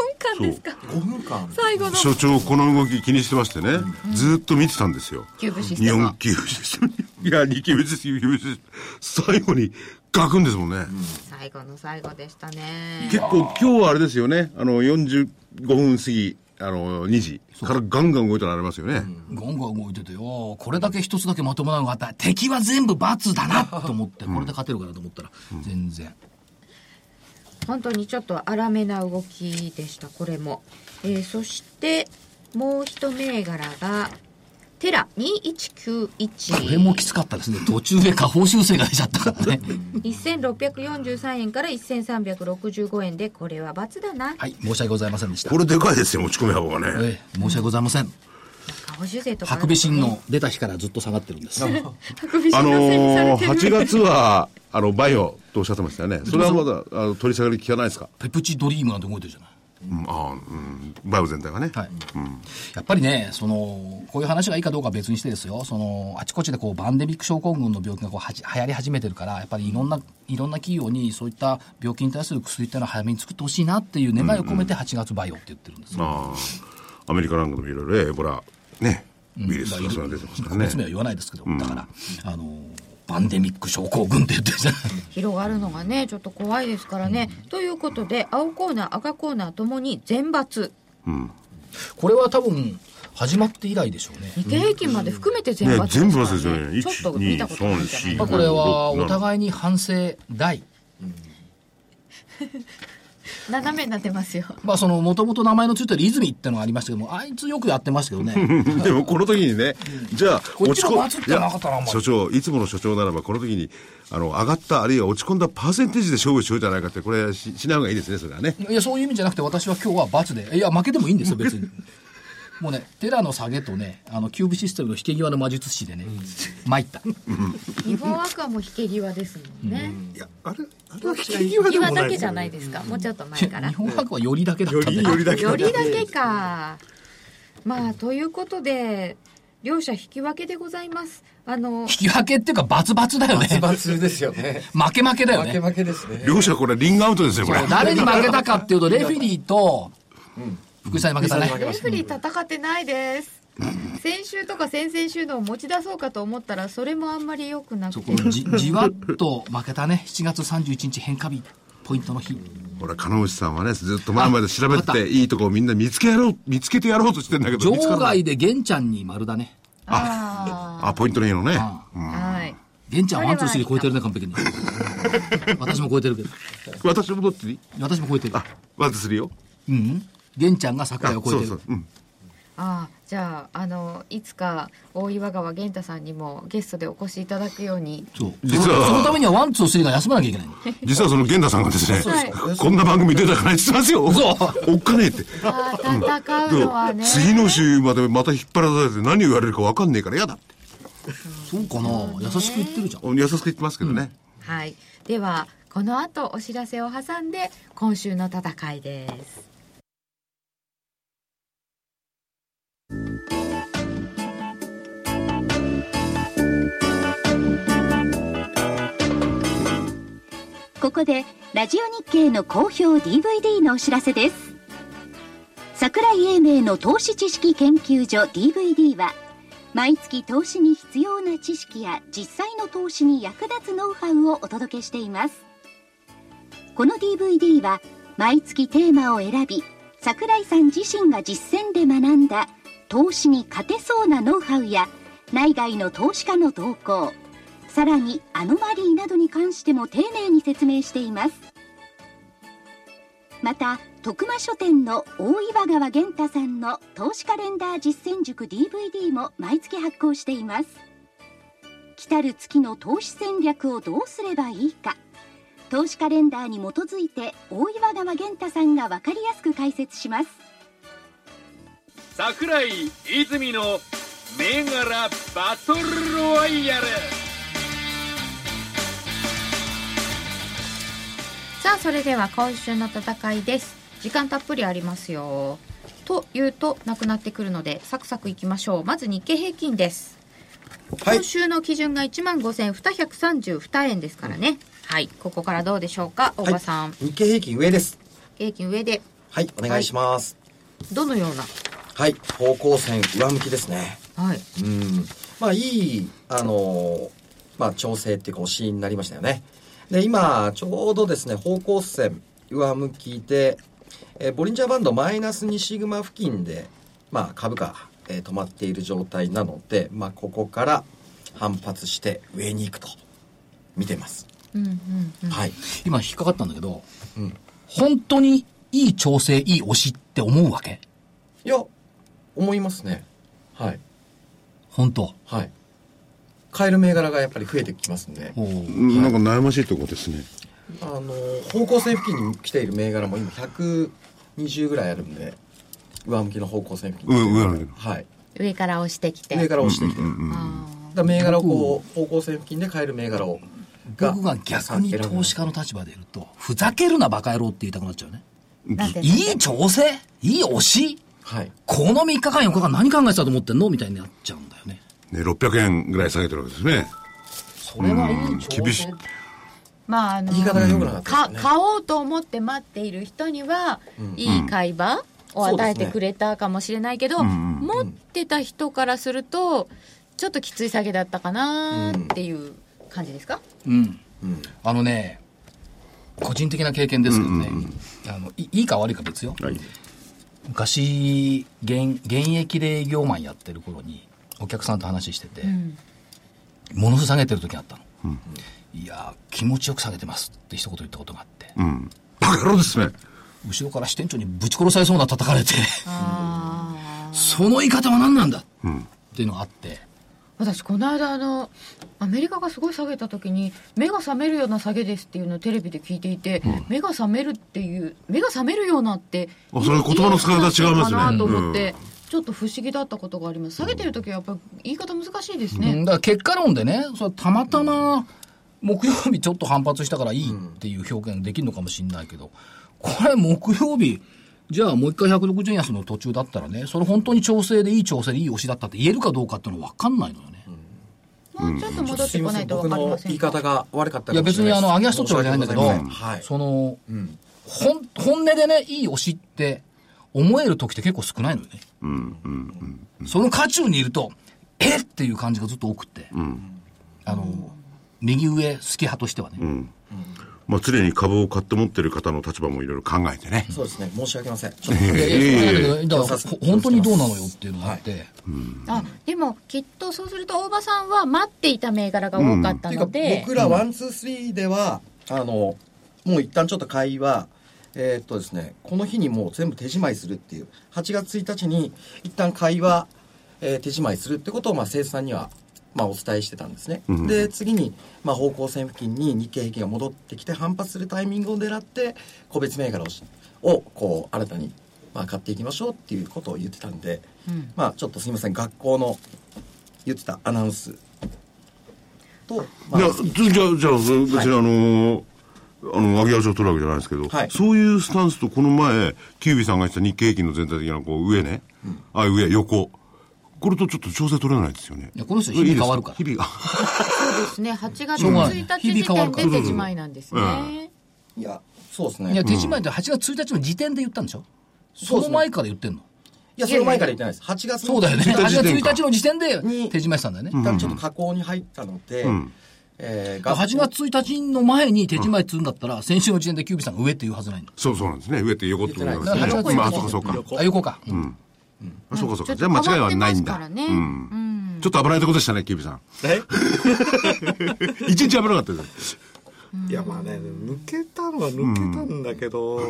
Speaker 9: 間ですか
Speaker 4: 5分間
Speaker 9: 最後の
Speaker 5: 所長この動き気にしてましてね、ずーっと見てたんですよ
Speaker 9: キューブシス
Speaker 5: 日
Speaker 9: テム
Speaker 5: 本
Speaker 9: は
Speaker 5: キューブシステムいや2キューブシステムキューブシステム最後にガクンですもんね、
Speaker 1: 最後の最後でしたね
Speaker 5: 結構今日はあれですよねあの45分過ぎあの2時からガンガン動いたのありますよね、
Speaker 2: ガンガン動いててよこれだけ一つだけまともなのがあったら敵は全部罰だなと思ってこれで勝てるかなと思ったら、全然
Speaker 1: 本当にちょっと荒めな動きでしたこれも、えーそしてもう一銘柄がテラ2191
Speaker 2: これもきつかったですね途中で下方修正が出ちゃったからね
Speaker 1: 1643円から1365円でこれは罰だな
Speaker 2: はい申し訳ございませんでした
Speaker 5: これでかいですよ持ち込み幅がね、
Speaker 2: ええ申し訳ございません
Speaker 1: 顔修正とか
Speaker 2: ハ
Speaker 1: あ
Speaker 2: ク
Speaker 1: ると
Speaker 2: ビ
Speaker 1: ね
Speaker 2: シンの出た日からずっと下がってるんです
Speaker 5: あのー、8月はあのバイオとおっしゃってましたよねそれはまだあの取り下がり効かないですか、
Speaker 2: ペプチドリームなんて動いてるじゃない
Speaker 5: うん、ああ、うん、バイオ全体がね、
Speaker 2: はいやっぱりねそのこういう話がいいかどうかは別にしてですよそのあちこちでこうバンデミック症候群の病気がこうはじ流行り始めてるからやっぱりいろんないろんな企業にそういった病気に対する薬っていうのは早めに作ってほしいなっていう願いを込めて8月バイオって言ってるんですよ、
Speaker 5: ああアメリカなんかでもいろいろエボラね
Speaker 2: うん
Speaker 5: ウイルスがそれが出てますから
Speaker 2: 個
Speaker 5: ね、
Speaker 2: 別名は言わないですけど、だからあのバンデミック症候群って言ってるじゃない
Speaker 1: 広がるのがねちょっと怖いですからね、ということで青コーナー赤コーナーともに全罰
Speaker 2: これは多分始まって以来でしょうね
Speaker 1: 日経平均まで含めて全
Speaker 5: ね
Speaker 1: 罰
Speaker 5: 全部
Speaker 1: から
Speaker 5: 忘れてたよね
Speaker 1: ちょっと見たことないんじゃない
Speaker 2: や
Speaker 1: か
Speaker 2: っ
Speaker 1: な
Speaker 2: ぱこれはお互いに反省大
Speaker 1: 斜めになってます よ
Speaker 2: まあそのもともと名前のついてる泉ってのがありましたけどもあいつよくやってましたけど ね
Speaker 5: うんでもこの時にね、じゃあ、
Speaker 2: こっ
Speaker 5: 落
Speaker 2: ち
Speaker 5: ち
Speaker 2: の
Speaker 5: 込
Speaker 2: 罰ってなかったなお前
Speaker 5: いや所長、いつもの所長ならば、この時に、あの、上がった、あるいは落ち込んだパーセンテージで勝負しようじゃないかって、これし、しない方がいいですね、それはね。
Speaker 2: いや、そういう意味じゃなくて、私は今日は罰で。いや、負けてもいいんですよ、別に。もうね、テラの下げとね、あの、キューブシステムの引け際の魔術師でね、参った。
Speaker 1: 日本赤も引け際ですもんね、
Speaker 3: いやあれあれは引き際でもな
Speaker 1: 際
Speaker 3: い
Speaker 1: だけじゃないですか、もうちょっと前から
Speaker 2: 日本博はよりだけだったんで。
Speaker 3: よりだけ
Speaker 1: よりだけか。まあ、ということで、両者引き分けでございます。あの、
Speaker 2: 引き分けっていうか、罰罰だよね。
Speaker 4: バツですよね
Speaker 2: 負け負けだよ
Speaker 4: 負け
Speaker 2: ね。
Speaker 4: 負けですね
Speaker 5: 両者これ、リングアウトですよ、これ。
Speaker 2: 誰に負けたかっていうと、レフェリーと、福井さんに負けたね
Speaker 4: 福井さんに負。
Speaker 1: レ
Speaker 4: け
Speaker 1: フェリー戦ってないです。先週とか先々週のを持ち出そうかと思ったら、それもあんまり良くなく
Speaker 2: そ
Speaker 1: て
Speaker 2: こ。じ、 じわっと負けたね。7月31日変化日、ポイントの日。
Speaker 5: ほら、金内さんはね、ずっと前まで調べ
Speaker 2: ああった
Speaker 5: て、いいとこをみんな見つけやろう、見つけてやろうとしてんだけど、
Speaker 2: 場
Speaker 5: 見つからない
Speaker 2: 外で玄ちゃんに丸だね。
Speaker 1: あ
Speaker 5: あ、ポイントのいいのね。
Speaker 2: あ
Speaker 5: うん
Speaker 1: あ。はい。
Speaker 2: 玄ちゃんワンツースリー超えてるね、完璧に。 私も超えてるけど。
Speaker 5: 私もどっちに
Speaker 2: 私も超えてる。
Speaker 5: あ、ワンツースリーよ。
Speaker 2: うん。玄ちゃんが桜を超えてる。
Speaker 5: そうそう。うん。
Speaker 1: ああ、じゃあ、あの、いつか、大岩川源太さんにもゲストでお越しいただくように。
Speaker 2: そう。
Speaker 5: 実
Speaker 2: そのた
Speaker 5: は、
Speaker 2: めにはワン、ツー、スリーが休まなきゃいけないの。
Speaker 5: 実はその源太さんがですね、こんな番組出たから言ってますよ。おっかねえって。
Speaker 1: ああ、戦うのはね。
Speaker 5: 次の週までまた引っ張らされて何を言われるか分かんねえから嫌だって
Speaker 2: そうかな優しく言ってるじゃん。
Speaker 5: 優しく言ってますけどね、
Speaker 1: はい。では、この後お知らせを挟んで、今週の戦いです。
Speaker 7: ここでラジオ日経の好評 DVD のお知らせです桜井英明の投資知識研究所 DVD は毎月投資に必要な知識や実際の投資に役立つノウハウをお届けしていますこの DVD は毎月テーマを選び桜井さん自身が実践で学んだ投資に勝てそうなノウハウや内外の投資家の動向さらにアノマリーなどに関しても丁寧に説明していますまた徳間書店の大岩川源太さんの投資カレンダー実践塾 DVD も毎月発行しています来たる月の投資戦略をどうすればいいか投資カレンダーに基づいて大岩川源太さんが分かりやすく解説します
Speaker 8: 桜井泉の銘柄バトルロワイヤル
Speaker 1: さあ、それでは今週の戦いです。時間たっぷりありますよ。というと、なくなってくるので、サクサクいきましょう。まず日経平均です。
Speaker 4: はい
Speaker 1: 今週の基準が1万5232円ですからね。はい。ここからどうでしょうか、大場さん。
Speaker 4: 日経平均上です。
Speaker 1: 平均上で、
Speaker 4: はい、お願いします。
Speaker 1: どのような
Speaker 4: はい、方向線上向きですね。
Speaker 1: はい。
Speaker 4: うん。まあ、いい、あのーまあ、調整っていうか、押しになりましたよね。で、今、ちょうどですね、方向線上向きで、えーボリンジャーバンドマイナス2シグマ付近で、まあ、株価、えー止まっている状態なので、まあ、ここから反発して上に行くと、見ています。
Speaker 1: うんうん。
Speaker 4: はい。
Speaker 2: 今引っかかったんだけど、
Speaker 4: うん
Speaker 2: 本当にいい調整、いい押しって思うわけ
Speaker 4: いや、思いますね。はい。
Speaker 2: 本当。
Speaker 4: はい。買える銘柄がやっぱり増えてきますんで、
Speaker 2: おー
Speaker 5: うんなんか悩ましいとこですね。
Speaker 4: あの、方向線付近に来ている銘柄も今120ぐらいあるんで、上向きの方向線付近に来てる
Speaker 5: 上上向きの
Speaker 4: はい。
Speaker 1: 上から押してきて。
Speaker 4: 上から押してきてる。だから銘柄をこう、方向線付近で買える銘柄を。
Speaker 2: 僕が逆に投資家の立場でいると、ふざけるなバカ野郎って言いたくなっちゃうね。
Speaker 1: なんて
Speaker 2: いい調整いい押し
Speaker 4: はい。
Speaker 2: この3日間4日間何考えてたと思ってんのみたいになっちゃうんだよね。
Speaker 5: ね、600円ぐらい下げてるわけですね。
Speaker 2: それはいい
Speaker 5: うん厳しい。
Speaker 9: まああの
Speaker 4: 言い方が良くなかった
Speaker 9: か
Speaker 4: ですね。
Speaker 9: 買おうと思って待っている人には、いい買い場を与えてくれたかもしれないけど、持ってた人からするとちょっときつい下げだったかなっていう感じですか、
Speaker 2: うん。
Speaker 4: うん
Speaker 2: あのね、個人的な経験ですけどね、あのいいいか悪いか別よ。昔現、現役で営業マンやってる頃に、お客さんと話してて、ものすごい下げてる時あったの。いやー、気持ちよく下げてますって一言言ったことがあって、
Speaker 5: うん。バカ野郎ですね。
Speaker 2: 後ろから支店長にぶち殺されそうな叩かれて、その言い方は何なんだ、っていうのがあって、
Speaker 9: 私この間あのアメリカがすごい下げた時に目が覚めるような下げですっていうのをテレビで聞いていて、目が覚めるっていう目が覚めるようなって
Speaker 5: あそれ言葉の使い方違いますね
Speaker 9: かなと思って、ちょっと不思議だったことがあります下げてる時はやっぱり言い方難しいですね、
Speaker 2: うんだから結果論でね、それはたまたま木曜日ちょっと反発したからいいっていう表現できるのかもしれないけど、これ木曜日、じゃあもう一回160円安の途中だったらね、それ本当に調整でいい調整でいい押しだったって言えるかどうかっていうのは分かんないのよね。
Speaker 9: もうちょっと戻っ
Speaker 4: す
Speaker 9: て
Speaker 4: い
Speaker 9: こ
Speaker 4: ま
Speaker 9: な
Speaker 4: せ
Speaker 9: い
Speaker 4: ん、
Speaker 9: と
Speaker 4: 僕
Speaker 9: 分かりま
Speaker 4: の
Speaker 9: せ
Speaker 4: 言
Speaker 9: ん
Speaker 4: い方が悪かった
Speaker 2: いや別にあの、上げ足取っちゃうわけじゃないんだけど、
Speaker 4: はい。
Speaker 2: その、
Speaker 4: うん。
Speaker 2: 本本音でね、いい押しって思える時って結構少ないのよね。その渦中にいると、えっていう感じがずっと多くって、あの、右上好き派としてはね。
Speaker 5: まあ、常に株を買って持ってる方の立場もいろいろ考えてね。
Speaker 4: そうですね、申し訳ません。ちょっと
Speaker 2: いやいやいやだからほ本当にどうなのよっていうのがあ
Speaker 4: は
Speaker 2: っ
Speaker 4: い
Speaker 2: て、
Speaker 9: あでもきっとそうすると大場さんは待っていた銘柄が多かっ
Speaker 4: ったていう
Speaker 9: の
Speaker 4: か
Speaker 9: で、
Speaker 4: 僕らワンツースリーでは、あのもう一旦ちょっと会話えーっとですねこの日にもう全部手仕舞いするっていう8月1日に一旦会話、えー手仕舞いするってことをまあ生産にはまあお伝えしてたんですね、で次にまあ方向線付近に日経平均が戻ってきて反発するタイミングを狙って個別銘柄をしをこう新たにまあ買っていきましょうっていうことを言ってたんで、まあちょっとすみません学校の言ってたアナウンスと、まあ
Speaker 5: いや、じゃあ、じゃあ、別にあのあの、上げ足を取るわけじゃないですけど、
Speaker 4: はい
Speaker 5: そういうスタンスと、この前、キュービーさんが言ってた日経平均の全体的な、こう、上ね、あ、上、横。これとちょっと調整取れないですよね。
Speaker 2: いやこの人日々変わるから
Speaker 5: いいです日
Speaker 9: そうですね8月
Speaker 2: しょうがない
Speaker 9: 1日時点で手じまいなんですね、
Speaker 4: いや、そうですね。
Speaker 2: い
Speaker 4: いや
Speaker 2: や、手締まいって8月1日の時点で言ったんでしょその前から言ってんの
Speaker 4: その前から言ってないです。8月の
Speaker 2: そうだよね。
Speaker 4: 時点
Speaker 2: 8
Speaker 4: で
Speaker 2: 月
Speaker 5: 点か
Speaker 2: 1日の時点で手締まいしたんだよね。
Speaker 4: 一旦ちょっと加工に入ったので、えー、
Speaker 2: 8月1日の前に手締まいっつうんだったら、先週の時点でキュービーさんが上って言うはずないんだ。
Speaker 5: そうそうなんですね。上って横ってことなんですね。
Speaker 2: 言ってない
Speaker 5: まあ、そうかそうか。
Speaker 2: あ、横か。うん
Speaker 5: あそうかそう
Speaker 9: ち
Speaker 5: か。
Speaker 9: ょっ
Speaker 5: じゃ
Speaker 9: と
Speaker 5: あ間違いは
Speaker 9: 変
Speaker 5: な
Speaker 9: わっ
Speaker 5: い
Speaker 9: て
Speaker 5: ん
Speaker 9: ますか
Speaker 5: だ
Speaker 9: ら。ね
Speaker 5: うんちょっと危ないとこでしたね、キュービー さん。
Speaker 4: え
Speaker 5: 一日危なかったです。
Speaker 3: いやまあね抜けたのは抜けたんだけど、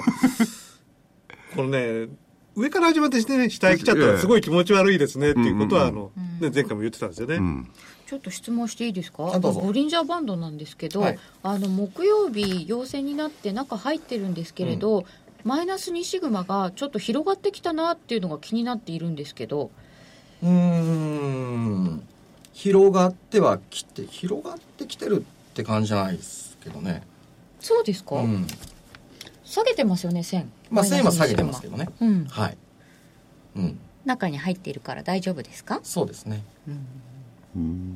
Speaker 3: これね上から始まってしてね下へ来ちゃったらすごい気持ち悪いですねっていうことはあの、ね、前回も言ってたんですよね、
Speaker 9: ちょっと質問していいですか
Speaker 4: あどうぞ
Speaker 9: ボリンジャーバンドなんですけど、
Speaker 4: はい
Speaker 9: あの木曜日陽性になって中入ってるんですけれど、マイナス2シグマがちょっと広がってきたなっていうのが気になっているんですけど
Speaker 4: うーん。広がってはきて、広がってきてるって感じじゃないですけどね。
Speaker 9: そうですか、
Speaker 4: うん。
Speaker 9: 下げてますよね線
Speaker 4: まあ、
Speaker 9: マイナス
Speaker 4: 線は下げてます
Speaker 9: 2
Speaker 4: けどね。
Speaker 9: シグマうん
Speaker 4: はい。うん。
Speaker 1: 中に入っているから大丈夫ですか
Speaker 4: そうですね。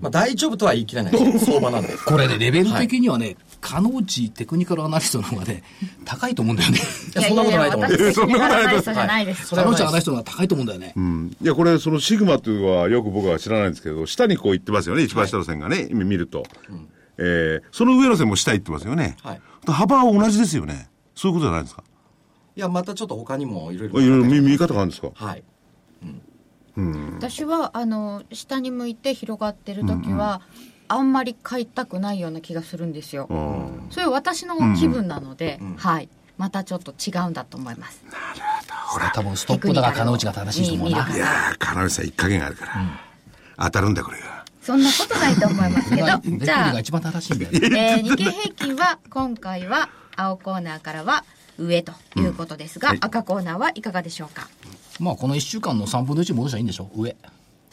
Speaker 4: まあ、大丈夫とは言い切れないです相場なんで
Speaker 2: これね、レベル的にはね、かのうちテクニカルアナリストの方がね、高いと思うんだよね。
Speaker 4: いやそんなことないと思います
Speaker 1: ややや私テクニカルアナリストじゃないです。
Speaker 2: かのうちアナリストの方が高いと思うんだよね。
Speaker 5: うんいや、これ、そのシグマというのはよく僕は知らないんですけど、下にこう行ってますよね、一番下の線がね、今見ると。えーその上の線も下行ってますよね。
Speaker 4: はい
Speaker 5: 幅は同じですよね。そういうことじゃないですか。
Speaker 4: いやまたちょっと他にもいろい
Speaker 5: いろ
Speaker 4: ろ
Speaker 5: いろ見見方があるんですか。
Speaker 4: はい
Speaker 9: 私はあの下に向いて広がってる時は、あんまり買いたくないような気がするんですよ、
Speaker 5: うん
Speaker 9: そういう私の気分なので、はいまたちょっと違うんだと思います
Speaker 2: 多分ストップだがかのうちが正しいと思う
Speaker 9: 見
Speaker 2: な
Speaker 9: 見。
Speaker 5: い
Speaker 9: る
Speaker 5: やー、金内さん、一加減があるから。当たるんだ、これが。
Speaker 1: そんなことないと思いますけど
Speaker 2: レベル
Speaker 1: じゃあ
Speaker 2: が一番正しいんだよね。
Speaker 1: えー日経平均は今回は青コーナーからは上ということですが、赤コーナーはいかがでしょうか
Speaker 2: まあこの1週間の3分の1戻したらいいんでしょ上。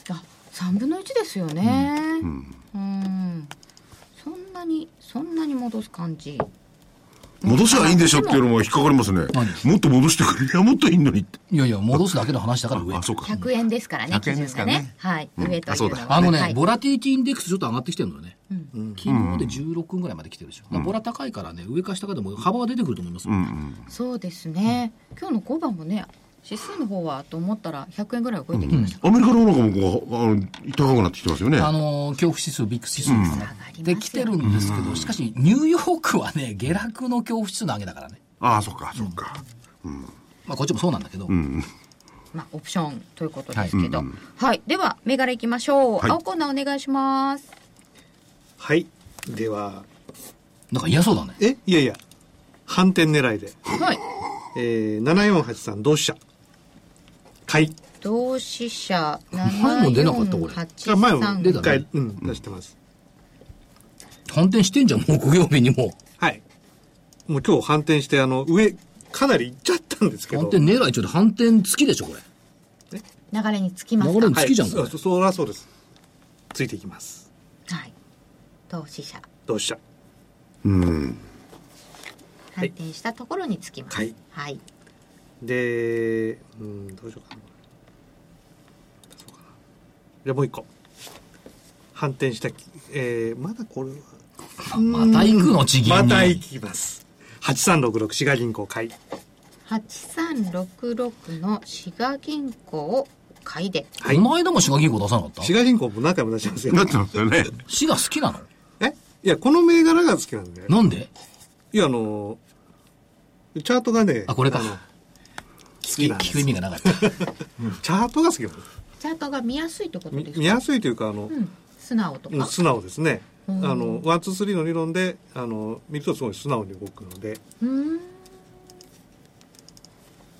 Speaker 9: あ3分の1ですよねうんそんなにそんなに戻す感じ
Speaker 5: 戻せばいいんでしょっていうのも引っかかりますね。もっと戻してくれ。いや、もっといいのにって。
Speaker 2: いやいや、 戻すだけの話だから上
Speaker 5: あ、。そうか。
Speaker 1: 100円ですからね
Speaker 5: 100円ですからね
Speaker 1: 基準がはい、
Speaker 5: うん
Speaker 1: 上と
Speaker 5: あ
Speaker 1: い
Speaker 5: そうう
Speaker 1: の
Speaker 5: だ
Speaker 1: は
Speaker 2: あのね、
Speaker 1: はい
Speaker 2: ボラティリティインデックスちょっと上がってきてるのよね。昨日で16ぐらいまで来てるでしょ。だからボラ高いからね、上か下かでも幅は出てくると思いますよ。
Speaker 9: そうですね、今日の5番もね指数の方はと思ったら100円ぐらい動いてきました、
Speaker 5: アメリカの方なんかもこう、あの、高くなってきてますよね。
Speaker 2: あのー恐怖指数、ビッグ指数ですね、で来てるんですけど、しかし、ニューヨークはね、下落の恐怖指数の上げだからね、
Speaker 5: ああ、そっか、そっか。
Speaker 2: まあ、こっちもそうなんだけど、
Speaker 9: まあ、オプションということですけど、はいでは銘柄いきましょう、
Speaker 5: はい
Speaker 9: 青コーナーお願いします
Speaker 3: はい。では、
Speaker 2: なんか嫌そうだね、
Speaker 3: えいやいや、反転狙いで。
Speaker 9: はい
Speaker 3: えー、7483同志社。買い。
Speaker 9: 同志社
Speaker 2: 前も出なかったこれ
Speaker 3: あ前も
Speaker 2: 出
Speaker 9: 7483
Speaker 2: た
Speaker 3: 一回、うん、出してます。
Speaker 2: 反転してんじゃん、もう木曜日にも、
Speaker 3: はい。もう今日反転して、あの、上、かなりいっちゃったんですけ
Speaker 2: 反
Speaker 3: ど。
Speaker 2: 転狙いちょっと反転付きでしょ、これ、
Speaker 9: 流れにつきます
Speaker 2: 流れに
Speaker 3: は
Speaker 2: 付
Speaker 3: い
Speaker 2: きじゃん、
Speaker 3: そ
Speaker 2: こ
Speaker 3: うそらそうです。ついていきます。
Speaker 1: はい、投資者
Speaker 3: 同志社。
Speaker 5: うん。
Speaker 1: 反転したところにつきます
Speaker 3: はい、
Speaker 1: はい、
Speaker 3: で、うん、どうしようかな。出そうかな。じゃあもう一個。反転したき、えー、まだこれは。
Speaker 2: れ、 また行くの、地銀
Speaker 3: ま
Speaker 2: に、
Speaker 3: た行きます。8366、滋賀銀行買い。
Speaker 1: 8366の滋賀銀行を買いで
Speaker 3: はい
Speaker 2: この間も滋賀銀行出さなかった
Speaker 3: 滋賀銀行も何回も出してますよ
Speaker 5: な。ってますよね。
Speaker 2: 滋賀好きなの
Speaker 3: えいや、この銘柄が好きなんだよ。
Speaker 2: なんで
Speaker 3: いや、あの、チャートがね、
Speaker 2: あ、これか
Speaker 3: あの。
Speaker 2: 聞
Speaker 3: なん
Speaker 2: く
Speaker 3: です
Speaker 2: 聞く意味がなか った。
Speaker 3: チャートが好きなの。
Speaker 1: チャートが見やすいってこと
Speaker 3: み
Speaker 1: です
Speaker 3: 見やすいというか、あの、
Speaker 1: うん素直と
Speaker 3: うん
Speaker 1: か
Speaker 3: 素直ですね。あの、ワン、ツー、スリーの理論で、あの、見るとすごい素直に動くので。
Speaker 1: うん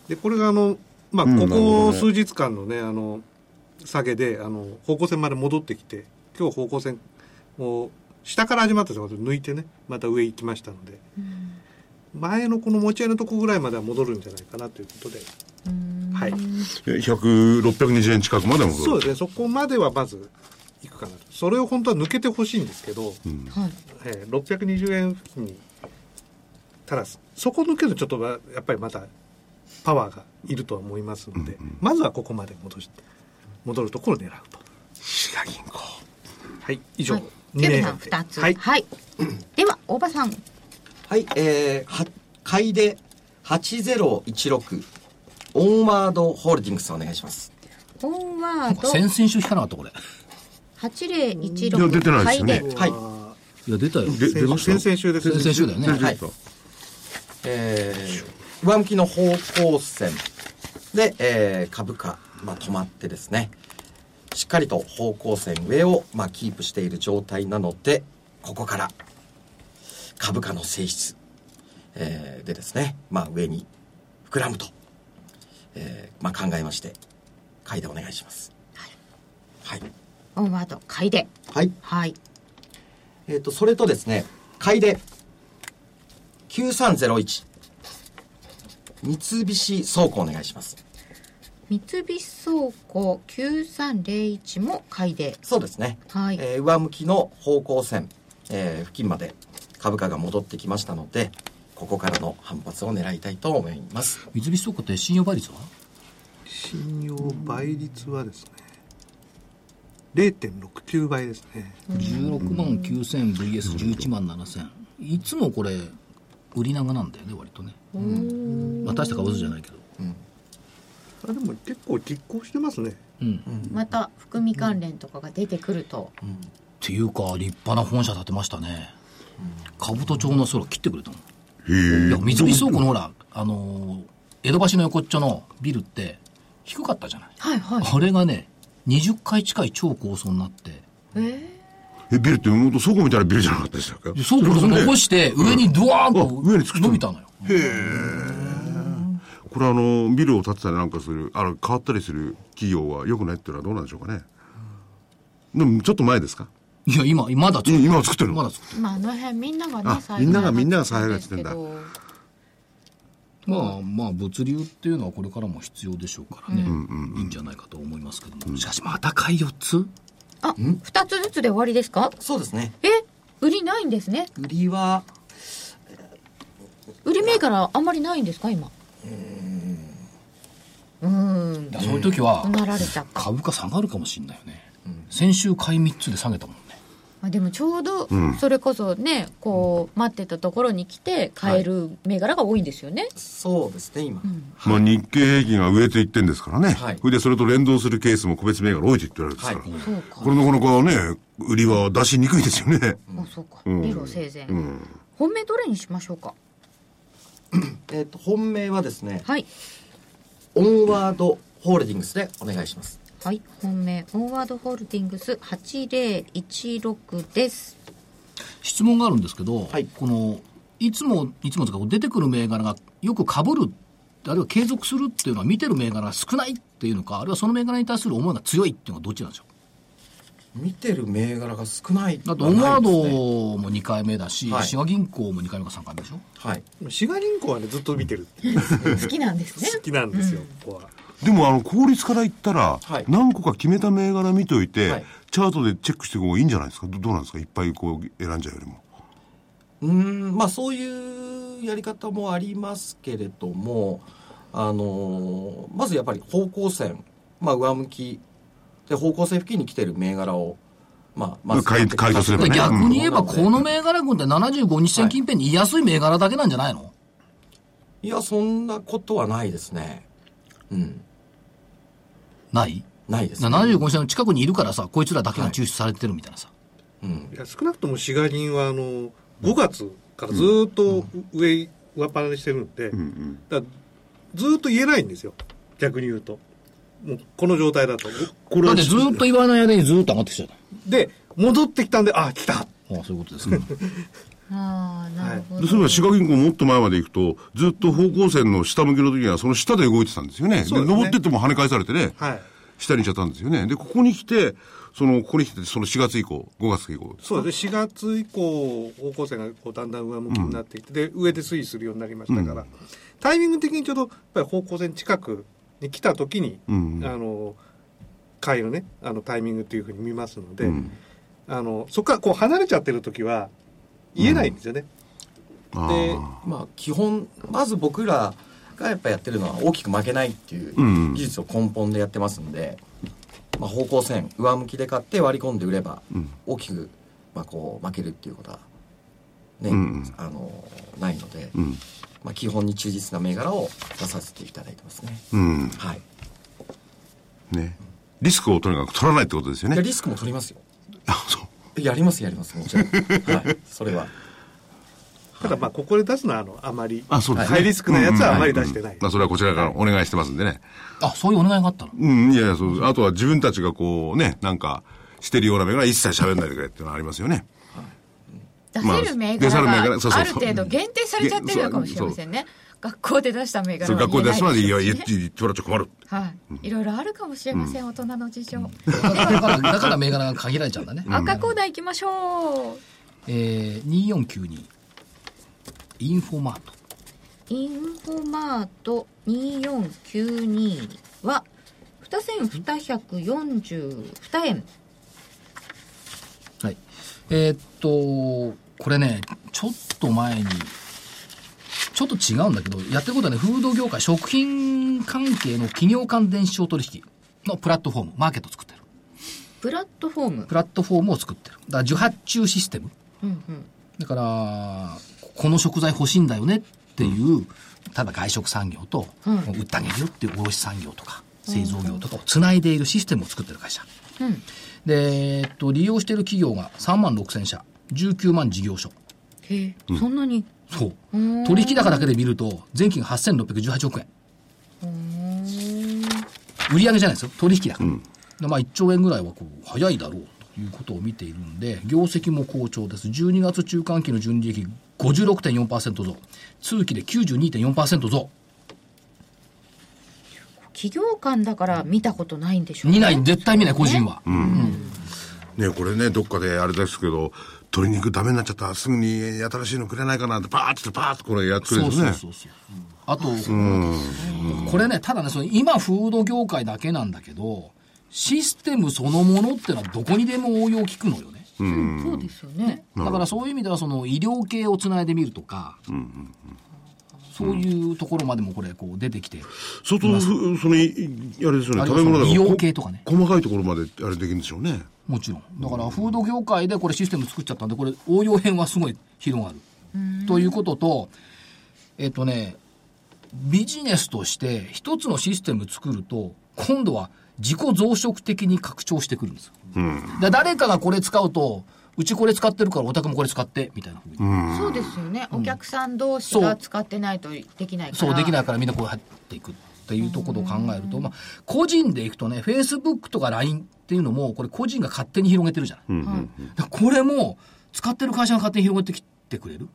Speaker 3: で、これがあの、まあ、
Speaker 5: う
Speaker 3: こ
Speaker 5: んなるほ
Speaker 3: こ
Speaker 5: どね
Speaker 3: 数日間のね、あの、下げで、あの、方向線まで戻ってきて、今日方向線を下から始まったところで抜いてね、また上行きましたので、前のこの持ち合いのとこぐらいまでは戻るんじゃないかなということで、はい。
Speaker 5: 100、620円近くまでも
Speaker 3: そうですね、そこまではまず行くかなと。それを本当は抜けてほしいんですけど、
Speaker 9: はい
Speaker 3: えー、620円付近に、ただ、そこ抜けるとちょっとはやっぱりまたパワーがいるとは思いますので、まずはここまで戻して、戻るところを狙うと。滋賀銀行。はい、以上。
Speaker 1: はい
Speaker 3: 二名
Speaker 1: キュウリさん二つ
Speaker 3: はい。
Speaker 1: はい、では大場さん
Speaker 4: はいえー、は買いで8016オンワードホールディングスさんお願いします
Speaker 1: オンワ
Speaker 2: なん
Speaker 1: ー
Speaker 2: か
Speaker 1: ド
Speaker 2: 先々週引かなかった、これ。
Speaker 1: 8016
Speaker 5: いや出てないですよね
Speaker 1: 買いで
Speaker 4: はい
Speaker 2: いや、出たよ。
Speaker 5: で出ました
Speaker 3: 先々週です
Speaker 2: 先々週だよね。
Speaker 4: はいえー、上向きの方向線で、えー株価、まあ、止まってですねしっかりと方向線上を、まあ、キープしている状態なのでここから株価の性質、えーでですね、まあ、上に膨らむと、えーまあ、考えまして買いでお願いしますはい
Speaker 1: オンワード買いで
Speaker 4: はい
Speaker 1: はい
Speaker 4: えっ、と、それとですね、買いで、9301。三菱倉庫お願いします。
Speaker 1: 三菱倉庫9301も買いで
Speaker 4: そうですね。
Speaker 1: はい
Speaker 4: えー上向きの方向線、えー付近まで株価が戻ってきましたので、ここからの反発を狙いたいと思います。
Speaker 2: 三菱倉庫って信用倍率は
Speaker 3: 信用倍率はですね、 0.69倍ですね。
Speaker 2: 16万9000 VS11 万7000いつもこれ売り長なんだよね割とね、まあ大した株数じゃないけど
Speaker 3: あでも結構拮抗してますね。
Speaker 2: うんっ
Speaker 9: また含み関連とかが出てくると、
Speaker 2: ていうか立派な本社建てましたね兜町の空切ってくれたもん
Speaker 5: へえ
Speaker 2: いや三菱倉庫のほらあのー江戸橋の横っちょのビルって低かったじゃない
Speaker 9: はいはい
Speaker 2: あれがね20階近い超高層になって
Speaker 5: えビルってもっと倉庫みたいなビルじゃなかった でしたっけ
Speaker 2: で倉庫を残して上にドワーンと
Speaker 5: あ上に作ったの
Speaker 2: 伸びたのよ
Speaker 5: これあのビルを建てたりなんかするあの変わったりする企業はよくないっていうのはどうなんでしょうかねでもちょっと前ですか
Speaker 2: いや今まだ作
Speaker 5: い
Speaker 2: っ
Speaker 5: や
Speaker 2: てる
Speaker 5: 今は作ってるの
Speaker 2: まだ作ってる
Speaker 9: まああの辺みんながね
Speaker 5: あ
Speaker 9: 災害
Speaker 5: みんなが
Speaker 9: にっ
Speaker 5: みんなが災害が来てんだ
Speaker 9: ですけど
Speaker 2: まあまあ物流っていうのはこれからも必要でしょうからね、いいんじゃないかと思いますけども、しかしまた買い4つ
Speaker 9: あ二つずつで終わりですか
Speaker 4: そうですね
Speaker 9: え売りないんですね
Speaker 4: 売りは
Speaker 9: 売り銘柄あんまりないんですか今うーん
Speaker 2: いやそういう時は
Speaker 9: うなられたか、
Speaker 2: 株価下がるかもしれないよね、先週買い3つで下げたもんね
Speaker 9: まあ、でもちょうどそれこそね、こう待ってたところに来て買える銘柄が多いんですよね、
Speaker 4: そうですね今、
Speaker 5: まあ、日経平均が上と言ってんですからね。
Speaker 4: はい
Speaker 5: それでそれと連動するケースも個別銘柄多いと言ってるわけですから。
Speaker 4: はい
Speaker 9: そうか
Speaker 5: これなかなかね、売りは出しにくいですよね。
Speaker 9: あそうか、
Speaker 5: ん
Speaker 9: 理路整然、
Speaker 5: うん。
Speaker 9: 本命どれにしましょうか
Speaker 4: えっと本命はですね
Speaker 9: はい
Speaker 4: オンワードホールディングスでお願いします
Speaker 9: はい本命オンワードホールディングス8016です
Speaker 2: 質問があるんですけど、
Speaker 4: はい
Speaker 2: このいつもいつもとかこう出てくる銘柄がよく被るあるいは継続するっていうのは見てる銘柄が少ないっていうのかあるいはその銘柄に対する思いが強いっていうのはどっちなんでしょう
Speaker 4: 見てる銘柄が少ない
Speaker 2: だってオンワー
Speaker 4: ないですね
Speaker 2: ドも2回目だし、
Speaker 4: はい
Speaker 2: 滋賀銀行も2回目か3回目でしょ
Speaker 4: はい
Speaker 3: 滋賀銀行はねずっと見てるっていう
Speaker 9: 好きなんですね
Speaker 3: 好きなんですよ、ここは。
Speaker 5: でも、あの、効率から言ったら、
Speaker 4: はい
Speaker 5: 何個か決めた銘柄見といて、
Speaker 4: はい
Speaker 5: チャートでチェックしていく方がいいんじゃないですかどどうなんですかいっぱいこう選んじゃうよりも。
Speaker 4: うーんまあそういうやり方もありますけれどもあのーまずやっぱり方向線、まあ、上向きで方向性付近に来てる銘柄をまあまず
Speaker 5: 買い買いとすれば
Speaker 2: で
Speaker 5: ね
Speaker 2: 逆に言えば、
Speaker 4: うん
Speaker 2: この銘柄群って75日線近辺に居やすい銘柄だけなんじゃないの、
Speaker 4: いやそんなことはないですねうん
Speaker 2: ない
Speaker 4: ないですね
Speaker 2: ?75 日線の近くにいるからさ、こいつらだけが抽出されてるみたいなさ。
Speaker 4: うん
Speaker 3: いや少なくとも滋賀銀はあの5月からずーっと上上っ腹にしてるんで、だからずーっと言えないんですよ逆に言うともうこの状態だと
Speaker 5: こ
Speaker 2: だってずーっと言わない間にずーっと上がってきちゃった。
Speaker 3: で戻ってきたんであ来た
Speaker 2: ああそういうことですね。
Speaker 9: ああなるほど、
Speaker 5: でそういえば、滋賀銀行もっと前まで行くと、ずっと方向線の下向きの時には、その下で動いてたんですよね。
Speaker 3: そうですね
Speaker 5: 登ってっても跳ね返されてね、
Speaker 3: はい
Speaker 5: 下に行っちゃったんですよね。で、ここに来て、その、ここに来て、その4月以降、5月以降。
Speaker 3: そうですね4月以降方向性がこうだんだん上向きになってきて、で上で推移するようになりましたから、タイミング的にちょうどやっぱり方向線近くに来た時に、
Speaker 5: うんうん
Speaker 3: あの買いのねあのタイミングというふうに見ますので、
Speaker 5: うん
Speaker 3: あのそこからこう離れちゃってる時は言えないんですよね、
Speaker 5: あ
Speaker 3: で
Speaker 5: ー
Speaker 4: まあ基本まず僕らがやっぱやってるのは大きく負けないっていう
Speaker 5: うん
Speaker 4: 技術を根本でやってますんで、まあ、方向線上向きで買って割り込んで売れば大きく、まあ、こう負けるっていうことはね、
Speaker 5: ん
Speaker 4: あのないので、
Speaker 5: ん
Speaker 4: まあ、基本に忠実な銘柄を出させていただいてますね、
Speaker 5: うん。
Speaker 4: はい
Speaker 5: ね。リスクをとにかく取らないってことですよ
Speaker 4: いや
Speaker 5: ね。
Speaker 4: リスクも取りますよ
Speaker 5: あそう。
Speaker 4: やりますやりますもちろんはいそれは
Speaker 3: ただまあここで出すのはあのあまり
Speaker 5: あそうですね
Speaker 3: ハイリスクなやつはあまり出してない、
Speaker 5: まあ、それはこちらからお願いしてますんでね。
Speaker 2: あ、そういうお願いがあったの。
Speaker 5: うん、いやいや、そう。あとは自分たちがこうね、なんか、してるような銘柄は一切喋んないでくれっていうのはありますよね。
Speaker 9: 出
Speaker 5: まあ
Speaker 9: せる銘
Speaker 5: 出せ
Speaker 9: 柄
Speaker 5: る銘柄
Speaker 9: が
Speaker 5: そうそうそう
Speaker 9: ある程度限定されちゃってるのかもしれませんね学校で出した銘
Speaker 5: そ
Speaker 9: 柄
Speaker 5: う
Speaker 9: は
Speaker 5: 学校
Speaker 9: 言え
Speaker 5: で
Speaker 9: な
Speaker 5: 出すまで
Speaker 9: い
Speaker 5: 言わ
Speaker 9: し
Speaker 5: 言って言ってもらっちゃ困る。
Speaker 9: はい、いろいろあるかもしれません、大人の事情、
Speaker 2: だから、だから銘柄が限られちゃうんだね。
Speaker 9: 赤コーナー行きましょう
Speaker 2: えー、2492。インフォマート。
Speaker 9: インフォマート2492は2千242円
Speaker 2: はい。えーっと、これね、ちょっと前に、ちょっと違うんだけど、やってることはね、フード業界、食品関係の企業間電子商取引のプラットフォーム、マーケットを作ってる。
Speaker 9: プラットフォーム
Speaker 2: プラットフォームを作ってる。だから受発注システム。
Speaker 9: うんうん
Speaker 2: だから、この食材欲しいんだよねっていう、ただ外食産業と、売ってあげるよっていう卸産業とか、製造業とかをつないでいるシステムを作ってる会社。
Speaker 9: うん
Speaker 2: で、えっと、利用している企業が3万6千社、19万事業所。
Speaker 9: へえそんなに
Speaker 2: そう。取引高だけで見ると、前期が8618億円。売上じゃないですよ。取引高。でまあ、1兆円ぐらいはこう早いだろうということを見ているんで、業績も好調です。12月中間期の純利益56.4%増。通期で92.4%増。
Speaker 9: 企業間だから見たことないんでしょう
Speaker 2: 見ない、絶対見ない、個人は。
Speaker 5: ねこれね、どっかであれですけど、鶏肉ダメになっちゃった、すぐに新しいのくれないかなって、パーッて、パーッてこれやってくれる
Speaker 2: そ
Speaker 5: ん
Speaker 2: う
Speaker 5: です
Speaker 2: そ
Speaker 5: ね。
Speaker 2: うそうそう。あと、これね、ただね、その今、フード業界だけなんだけど、システムそのものってのはどこにでも応用効くのよね。
Speaker 9: うんそうですよね
Speaker 2: だからそういう意味では、その医療系をつないでみるとか、そういうところまでもこれ、こう出てきて、
Speaker 5: 相当ふ、その、いいあれですよね、
Speaker 2: あ
Speaker 5: 食べ物だ
Speaker 2: 美
Speaker 5: こ
Speaker 2: 容系とかね
Speaker 5: 細かいところまであれできるんでしょうね。
Speaker 2: もちろん。だから、フード業界でこれシステム作っちゃったんで、これ応用編はすごい広がる。ということと、えっ、とね、ビジネスとして一つのシステム作ると、今度は自己増殖的に拡張してくるんですよ。で誰かがこれ使うと、うちこれ使ってるからお宅もこれ使って、みたいな風に。
Speaker 9: そうですよねお客さん同士が使ってないとできないから
Speaker 2: そうできないからみんなこう入っていくっていうところを考えると、まあ、個人でいくとね、Facebook とか LINE っていうのも、これ個人が勝手に広げてるじゃない。だからこれも、使ってる会社が勝手に広げてきてくれる。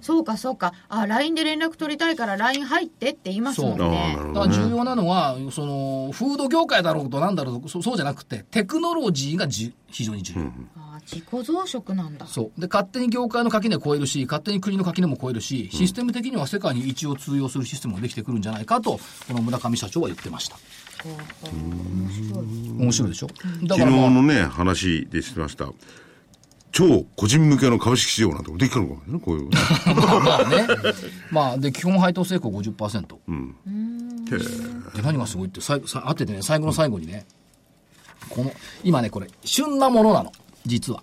Speaker 9: そうかそうかあ LINE で連絡取りたいから LINE 入ってって言いますもん
Speaker 5: ああ、
Speaker 9: ね
Speaker 5: なる
Speaker 2: だ
Speaker 5: ほ
Speaker 2: か
Speaker 5: ど
Speaker 2: ら
Speaker 5: ね。
Speaker 2: 重要なのは、その、フード業界だろうとなんだろうと、そそうじゃなくて、テクノロジーがじ非常に重要。
Speaker 9: ああ自己増殖なんだ
Speaker 2: そう。で、勝手に業界の垣根を超えるし、勝手に国の垣根も超えるし、システム的には世界に一応通用するシステムができてくるんじゃないかと、この村上社長は言ってました。
Speaker 9: 面白い
Speaker 2: 面白いでしょだ
Speaker 5: 昨日
Speaker 2: まあ
Speaker 5: のね、話でしてました。超個人向けの株式市場なんてできるのかもね、こういう。
Speaker 2: まあね。まあ、で、基本配当成功50%。
Speaker 5: へえ
Speaker 2: で、何がすごいって、最後、さあっててね、最後の最後にね、この、今ね、これ、旬なものなの、実は。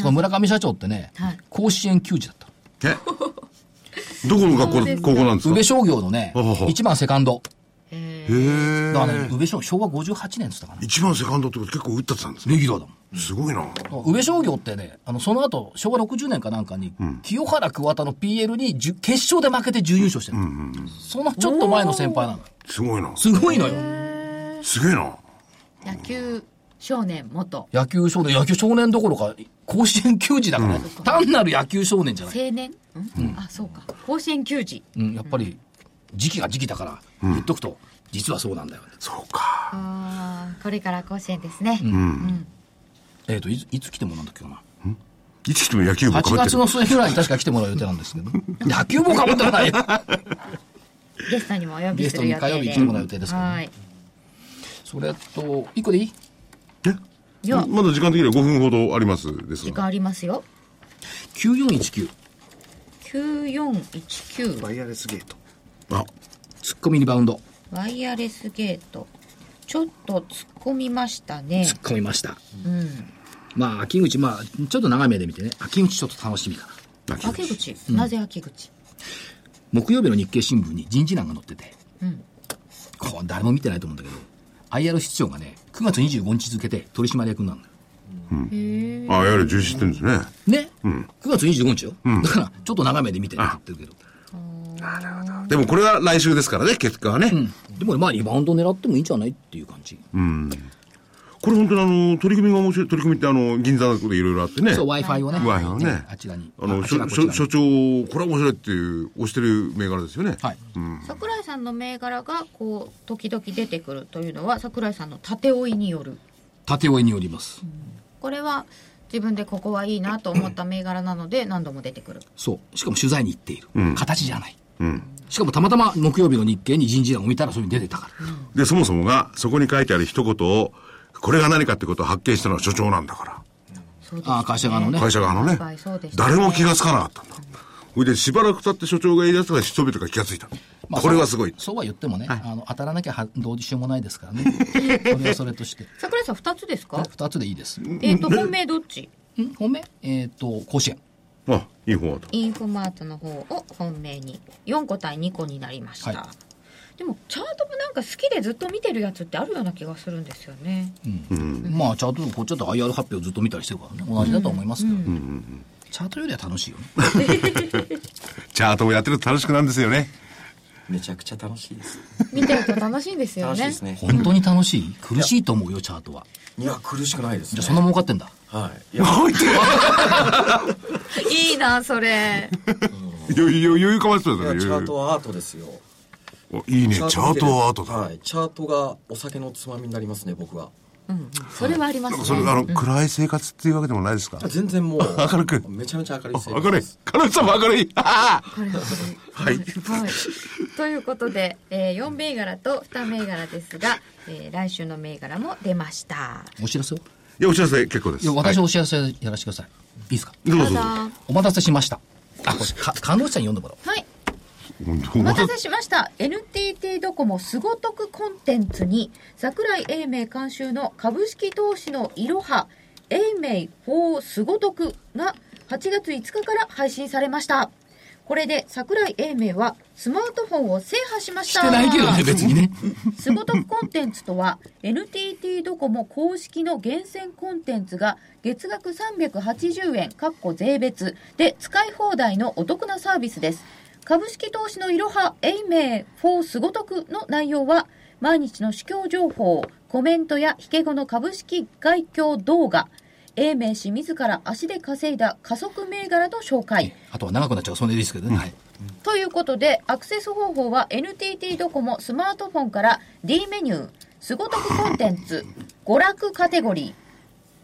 Speaker 2: この村上社長ってね、
Speaker 9: はい
Speaker 2: 甲子園球児だったの。
Speaker 5: えどこの学校、高校なんです
Speaker 2: 宇
Speaker 5: か
Speaker 2: 部商業のね、
Speaker 5: あはは
Speaker 2: 1番セカンド。
Speaker 5: へえ
Speaker 2: だからね、宇部商業、昭和58年って言ったかな。
Speaker 5: 一番セカンドってこと結構打ったってたんですね。
Speaker 2: レギュラーだもん。
Speaker 5: すごいな。
Speaker 2: 宇部商業ってね、あの、その後、昭和60年かなんかに、清原桑田の PL にじゅ決勝で負けて準優勝してる、そのちょっと前の先輩なの。
Speaker 5: すごいな。
Speaker 2: すごいのよ。
Speaker 5: すげえな。
Speaker 9: 野球少年元
Speaker 2: 野球少年、野球少年どころか、甲子園球児だから、単なる野球少年じゃない。
Speaker 9: 青年、ん、あそうか甲子園球児
Speaker 2: うん、やっぱり、時期が時期だから、言っとくと、実はそうなんだよね。
Speaker 5: そうか。
Speaker 1: あーこれから甲子園ですね、
Speaker 2: えっ、といつ、いつ来てもらうんだっけかな。
Speaker 5: いつ来ても野球部か
Speaker 2: 8
Speaker 5: ぶって
Speaker 2: 月
Speaker 5: る
Speaker 2: の。末ぐらいに確か来てもらう予定なんですけど、野球もかぶってはないよ。
Speaker 1: ゲストにもお呼びする予
Speaker 2: ゲストに火曜
Speaker 1: 定
Speaker 2: 日
Speaker 1: で
Speaker 2: 来てもらう予定ですからね
Speaker 1: はい
Speaker 2: それと、一個でいい
Speaker 9: いや
Speaker 5: まだ時間的には5分ほどありますです
Speaker 9: 時
Speaker 5: が。
Speaker 9: 間ありますよ
Speaker 2: ?9419。
Speaker 9: 9419
Speaker 3: ワイヤレスゲート。
Speaker 5: あ、
Speaker 2: ツッコミリバウンド。
Speaker 9: ワイヤレスゲートちょっと突っ込みましたね
Speaker 2: 突っ込みました。まあ、秋口、まあ、ちょっと長い目で見てね、秋口ちょっと楽しみかな。
Speaker 5: 泣
Speaker 9: 秋口、なぜ秋口
Speaker 2: 木曜日の日経新聞に人事欄が載ってて、こう誰も見てないと思うんだけど IR 室長がね9月25日付で取締役になるのよ
Speaker 5: あ、やはり重視してるんですね。
Speaker 2: ね、9月25日よ、だからちょっと長めで見てねって言ってるけ
Speaker 5: でもこれは来週ですからね、結果はね。
Speaker 2: どでもまあリバウンド狙ってもいいんじゃないっていう感じ、
Speaker 5: これ本当にあの、取り組みが面白い。取り組みってあの、銀座のとこでいろいろあってね。
Speaker 2: そう w i f i をね
Speaker 5: Wi-Fi をね
Speaker 2: あちらに
Speaker 5: あの、
Speaker 2: あ
Speaker 5: 所
Speaker 2: あちらこちら
Speaker 5: 所
Speaker 2: に
Speaker 5: 所長、これは面白いっていう、押してる銘柄ですよね。
Speaker 2: はい、
Speaker 9: 桜井さんの銘柄がこう時々出てくるというのは桜井さんの縦追いによる
Speaker 2: 縦追いによります、
Speaker 9: これは自分でここはいいなと思った銘柄なので何度も出てくる
Speaker 2: そうしかも取材に行っている、形じゃない、しかもたまたま木曜日の日経に人事欄を見たらそういうの出てたから、
Speaker 5: で、そもそもが、そこに書いてある一言を、これが何かってことを発見したのは所長なんだから。
Speaker 9: そうです
Speaker 2: ああ会社側のね
Speaker 5: 会社側のね
Speaker 9: はいそうで。したね
Speaker 5: 誰も気がつかなかったんだ。それで、しばらく経って所長が言い出したら人々が気がついた。
Speaker 2: まあ
Speaker 5: これはすごい
Speaker 2: そうは言ってもね、
Speaker 5: はい
Speaker 2: あの当たらなきゃはどうしようもないですから ねそれはそれとして
Speaker 9: 桜井さん2つですか
Speaker 2: 2つでいいですん
Speaker 9: えっ、と本命どっち
Speaker 2: 本命えっ、と甲子園
Speaker 5: あ、いい方だと。
Speaker 9: インフォマートの方を本命に4個対2個になりました、
Speaker 2: は
Speaker 9: でもチャートもなんか好きでずっと見てるやつってあるような気がするんですよね
Speaker 2: まあチャートこっちだと IR 発表ずっと見たりしてるからね同じだと思いますけど、ねチャートよりは楽しいよね
Speaker 5: チャートもやってると楽しくなるんですよね。
Speaker 4: めちゃくちゃ楽しいです。
Speaker 1: 見てると楽しいんですよ
Speaker 4: 楽しい
Speaker 1: ね
Speaker 4: ですね。
Speaker 2: 本当に楽しい苦しいと思うよチャートはい
Speaker 4: や、苦しくないです、
Speaker 2: じゃあ
Speaker 4: ね。
Speaker 2: そんな儲かってんだ
Speaker 4: はい。いや、
Speaker 9: いいなそれ
Speaker 5: 余裕、余裕かましてた
Speaker 4: い
Speaker 5: よ
Speaker 4: やチャー
Speaker 5: 余
Speaker 4: ト
Speaker 5: 裕
Speaker 4: はアートですよ。
Speaker 5: おいいね、チャートは後だ。
Speaker 4: はい。チャートがお酒のつまみになりますね、僕は。
Speaker 1: それはありま
Speaker 5: なん
Speaker 1: す
Speaker 5: か
Speaker 1: ね
Speaker 5: それ、あの、暗い生活っていうわけでもないですか
Speaker 4: 全然もう、
Speaker 5: 明るく
Speaker 4: めちゃめちゃ明るい
Speaker 5: 明るい。彼女さんも明るい。ああはい。
Speaker 9: はいということで、え4銘柄と2銘柄ですが、えー来週の銘柄も出ました
Speaker 2: お知らせを
Speaker 5: いや、お知らせ結構で
Speaker 2: い
Speaker 5: す。
Speaker 2: や私
Speaker 5: は
Speaker 2: お知らせやらせてください、い、いですか
Speaker 5: いどうぞどうぞ。
Speaker 2: お待たせしましたあこれか看護師さんに読んでもらおう
Speaker 9: はい
Speaker 5: 本当
Speaker 9: お待たせしました NTT ドコモすごとくコンテンツに桜井英明監修の株式投資のいろは英明4すごとくが8月5日から配信されましたこれで桜井英明はスマートフォンを制覇しました
Speaker 2: してないけどね別にね
Speaker 9: すごとくコンテンツとは NTT ドコモ公式の厳選コンテンツが月額380円かっこ税別で使い放題のお得なサービスです株式投資のいろは英明4すごとくの内容は毎日の市況情報コメントや引け後の株式外況動画英明氏自ら足で稼いだ加速銘柄と紹介
Speaker 2: あとは長くなっちゃうそれでいいですけどね、はい
Speaker 9: ということでアクセス方法は NTT ドコモスマートフォンから D メニューすごとくコンテンツ娯楽カテゴリ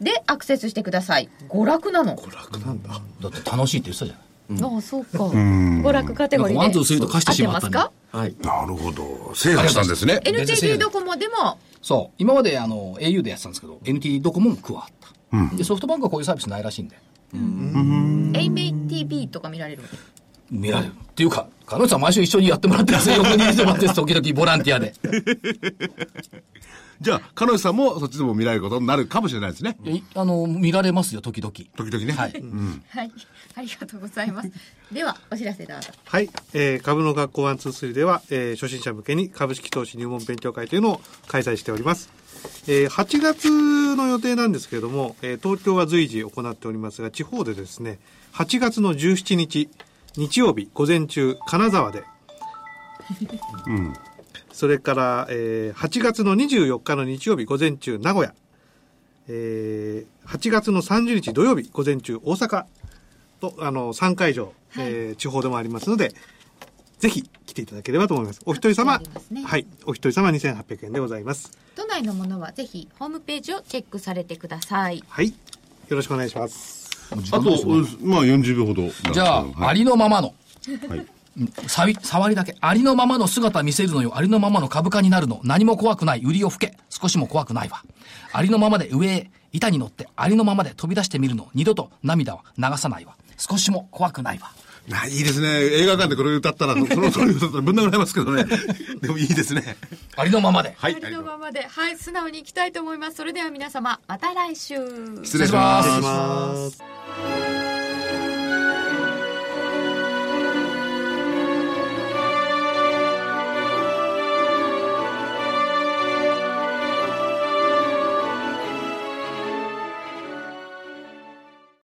Speaker 9: ーでアクセスしてください娯楽なの
Speaker 2: だって楽しいって言ってたじゃない
Speaker 1: ああそうか娯楽カテゴリーで
Speaker 2: なんかワンツースリーと貸してしまったね
Speaker 1: 合ってますか
Speaker 4: はい。
Speaker 5: なるほど。制覇したんですね。
Speaker 9: NTT ドコモでも
Speaker 2: そう今まであの au でやってたんですけど NT ドコモも加わった、でソフトバンクはこういうサービスないらしいんで
Speaker 9: エイメイ TV とか見られる
Speaker 2: 見られるっていうか彼女さん毎週一緒にやってもらってるんですよ横にいてもらってるんです時々ボランティアで
Speaker 5: じゃあ、彼女さんもそっちでも見られることになるかもしれないですね。
Speaker 2: いあの見られますよ時々
Speaker 5: 時々ね。
Speaker 2: はい、
Speaker 9: はいありがとうございますではお知らせどうぞ
Speaker 3: はい、えー株の学校ワンツースリーでは、えー初心者向けに株式投資入門勉強会というのを開催しております。えー8月の予定なんですけれども、えー東京は随時行っておりますが、地方でですね、8月の17日、日曜日午前中、金沢で、それから、えー8月の24日の日曜日午前中、名古屋、えー8月の30日土曜日午前中、大阪と、あの、3会場、えー地方でもありますので、ぜひ来ていただければと思います。お一人
Speaker 9: あ
Speaker 3: 様
Speaker 9: ります、ね
Speaker 3: はい、お一人様2800円でございます。
Speaker 9: 都内のものはぜひホームページをチェックされてください
Speaker 3: はい、よろしくお願いします。
Speaker 2: もう時
Speaker 5: あ
Speaker 2: 間
Speaker 5: と、
Speaker 2: ですね
Speaker 5: うんまあ40秒ほどなんですけど。
Speaker 2: じゃあ、
Speaker 5: はい
Speaker 2: ありのままの、
Speaker 5: はい
Speaker 2: さび触りだけ、ありのままの姿見せるのよ、ありのままの株価になるの、何も怖くない、売りを吹け、少しも怖くないわ。ありのままで上へ、板に乗って、ありのままで飛び出してみるの、二度と涙は流さないわ。少しも怖くないわ。
Speaker 5: あいいですね。映画館でこれ歌ったら、その通り歌ったらぶん殴られますけどね。でもいいですね。
Speaker 2: ありのままで。
Speaker 5: はい。
Speaker 1: ありのままで、はい、素直にいきたいと思います。それでは皆様、また来週。
Speaker 5: 失礼します。
Speaker 3: お願いします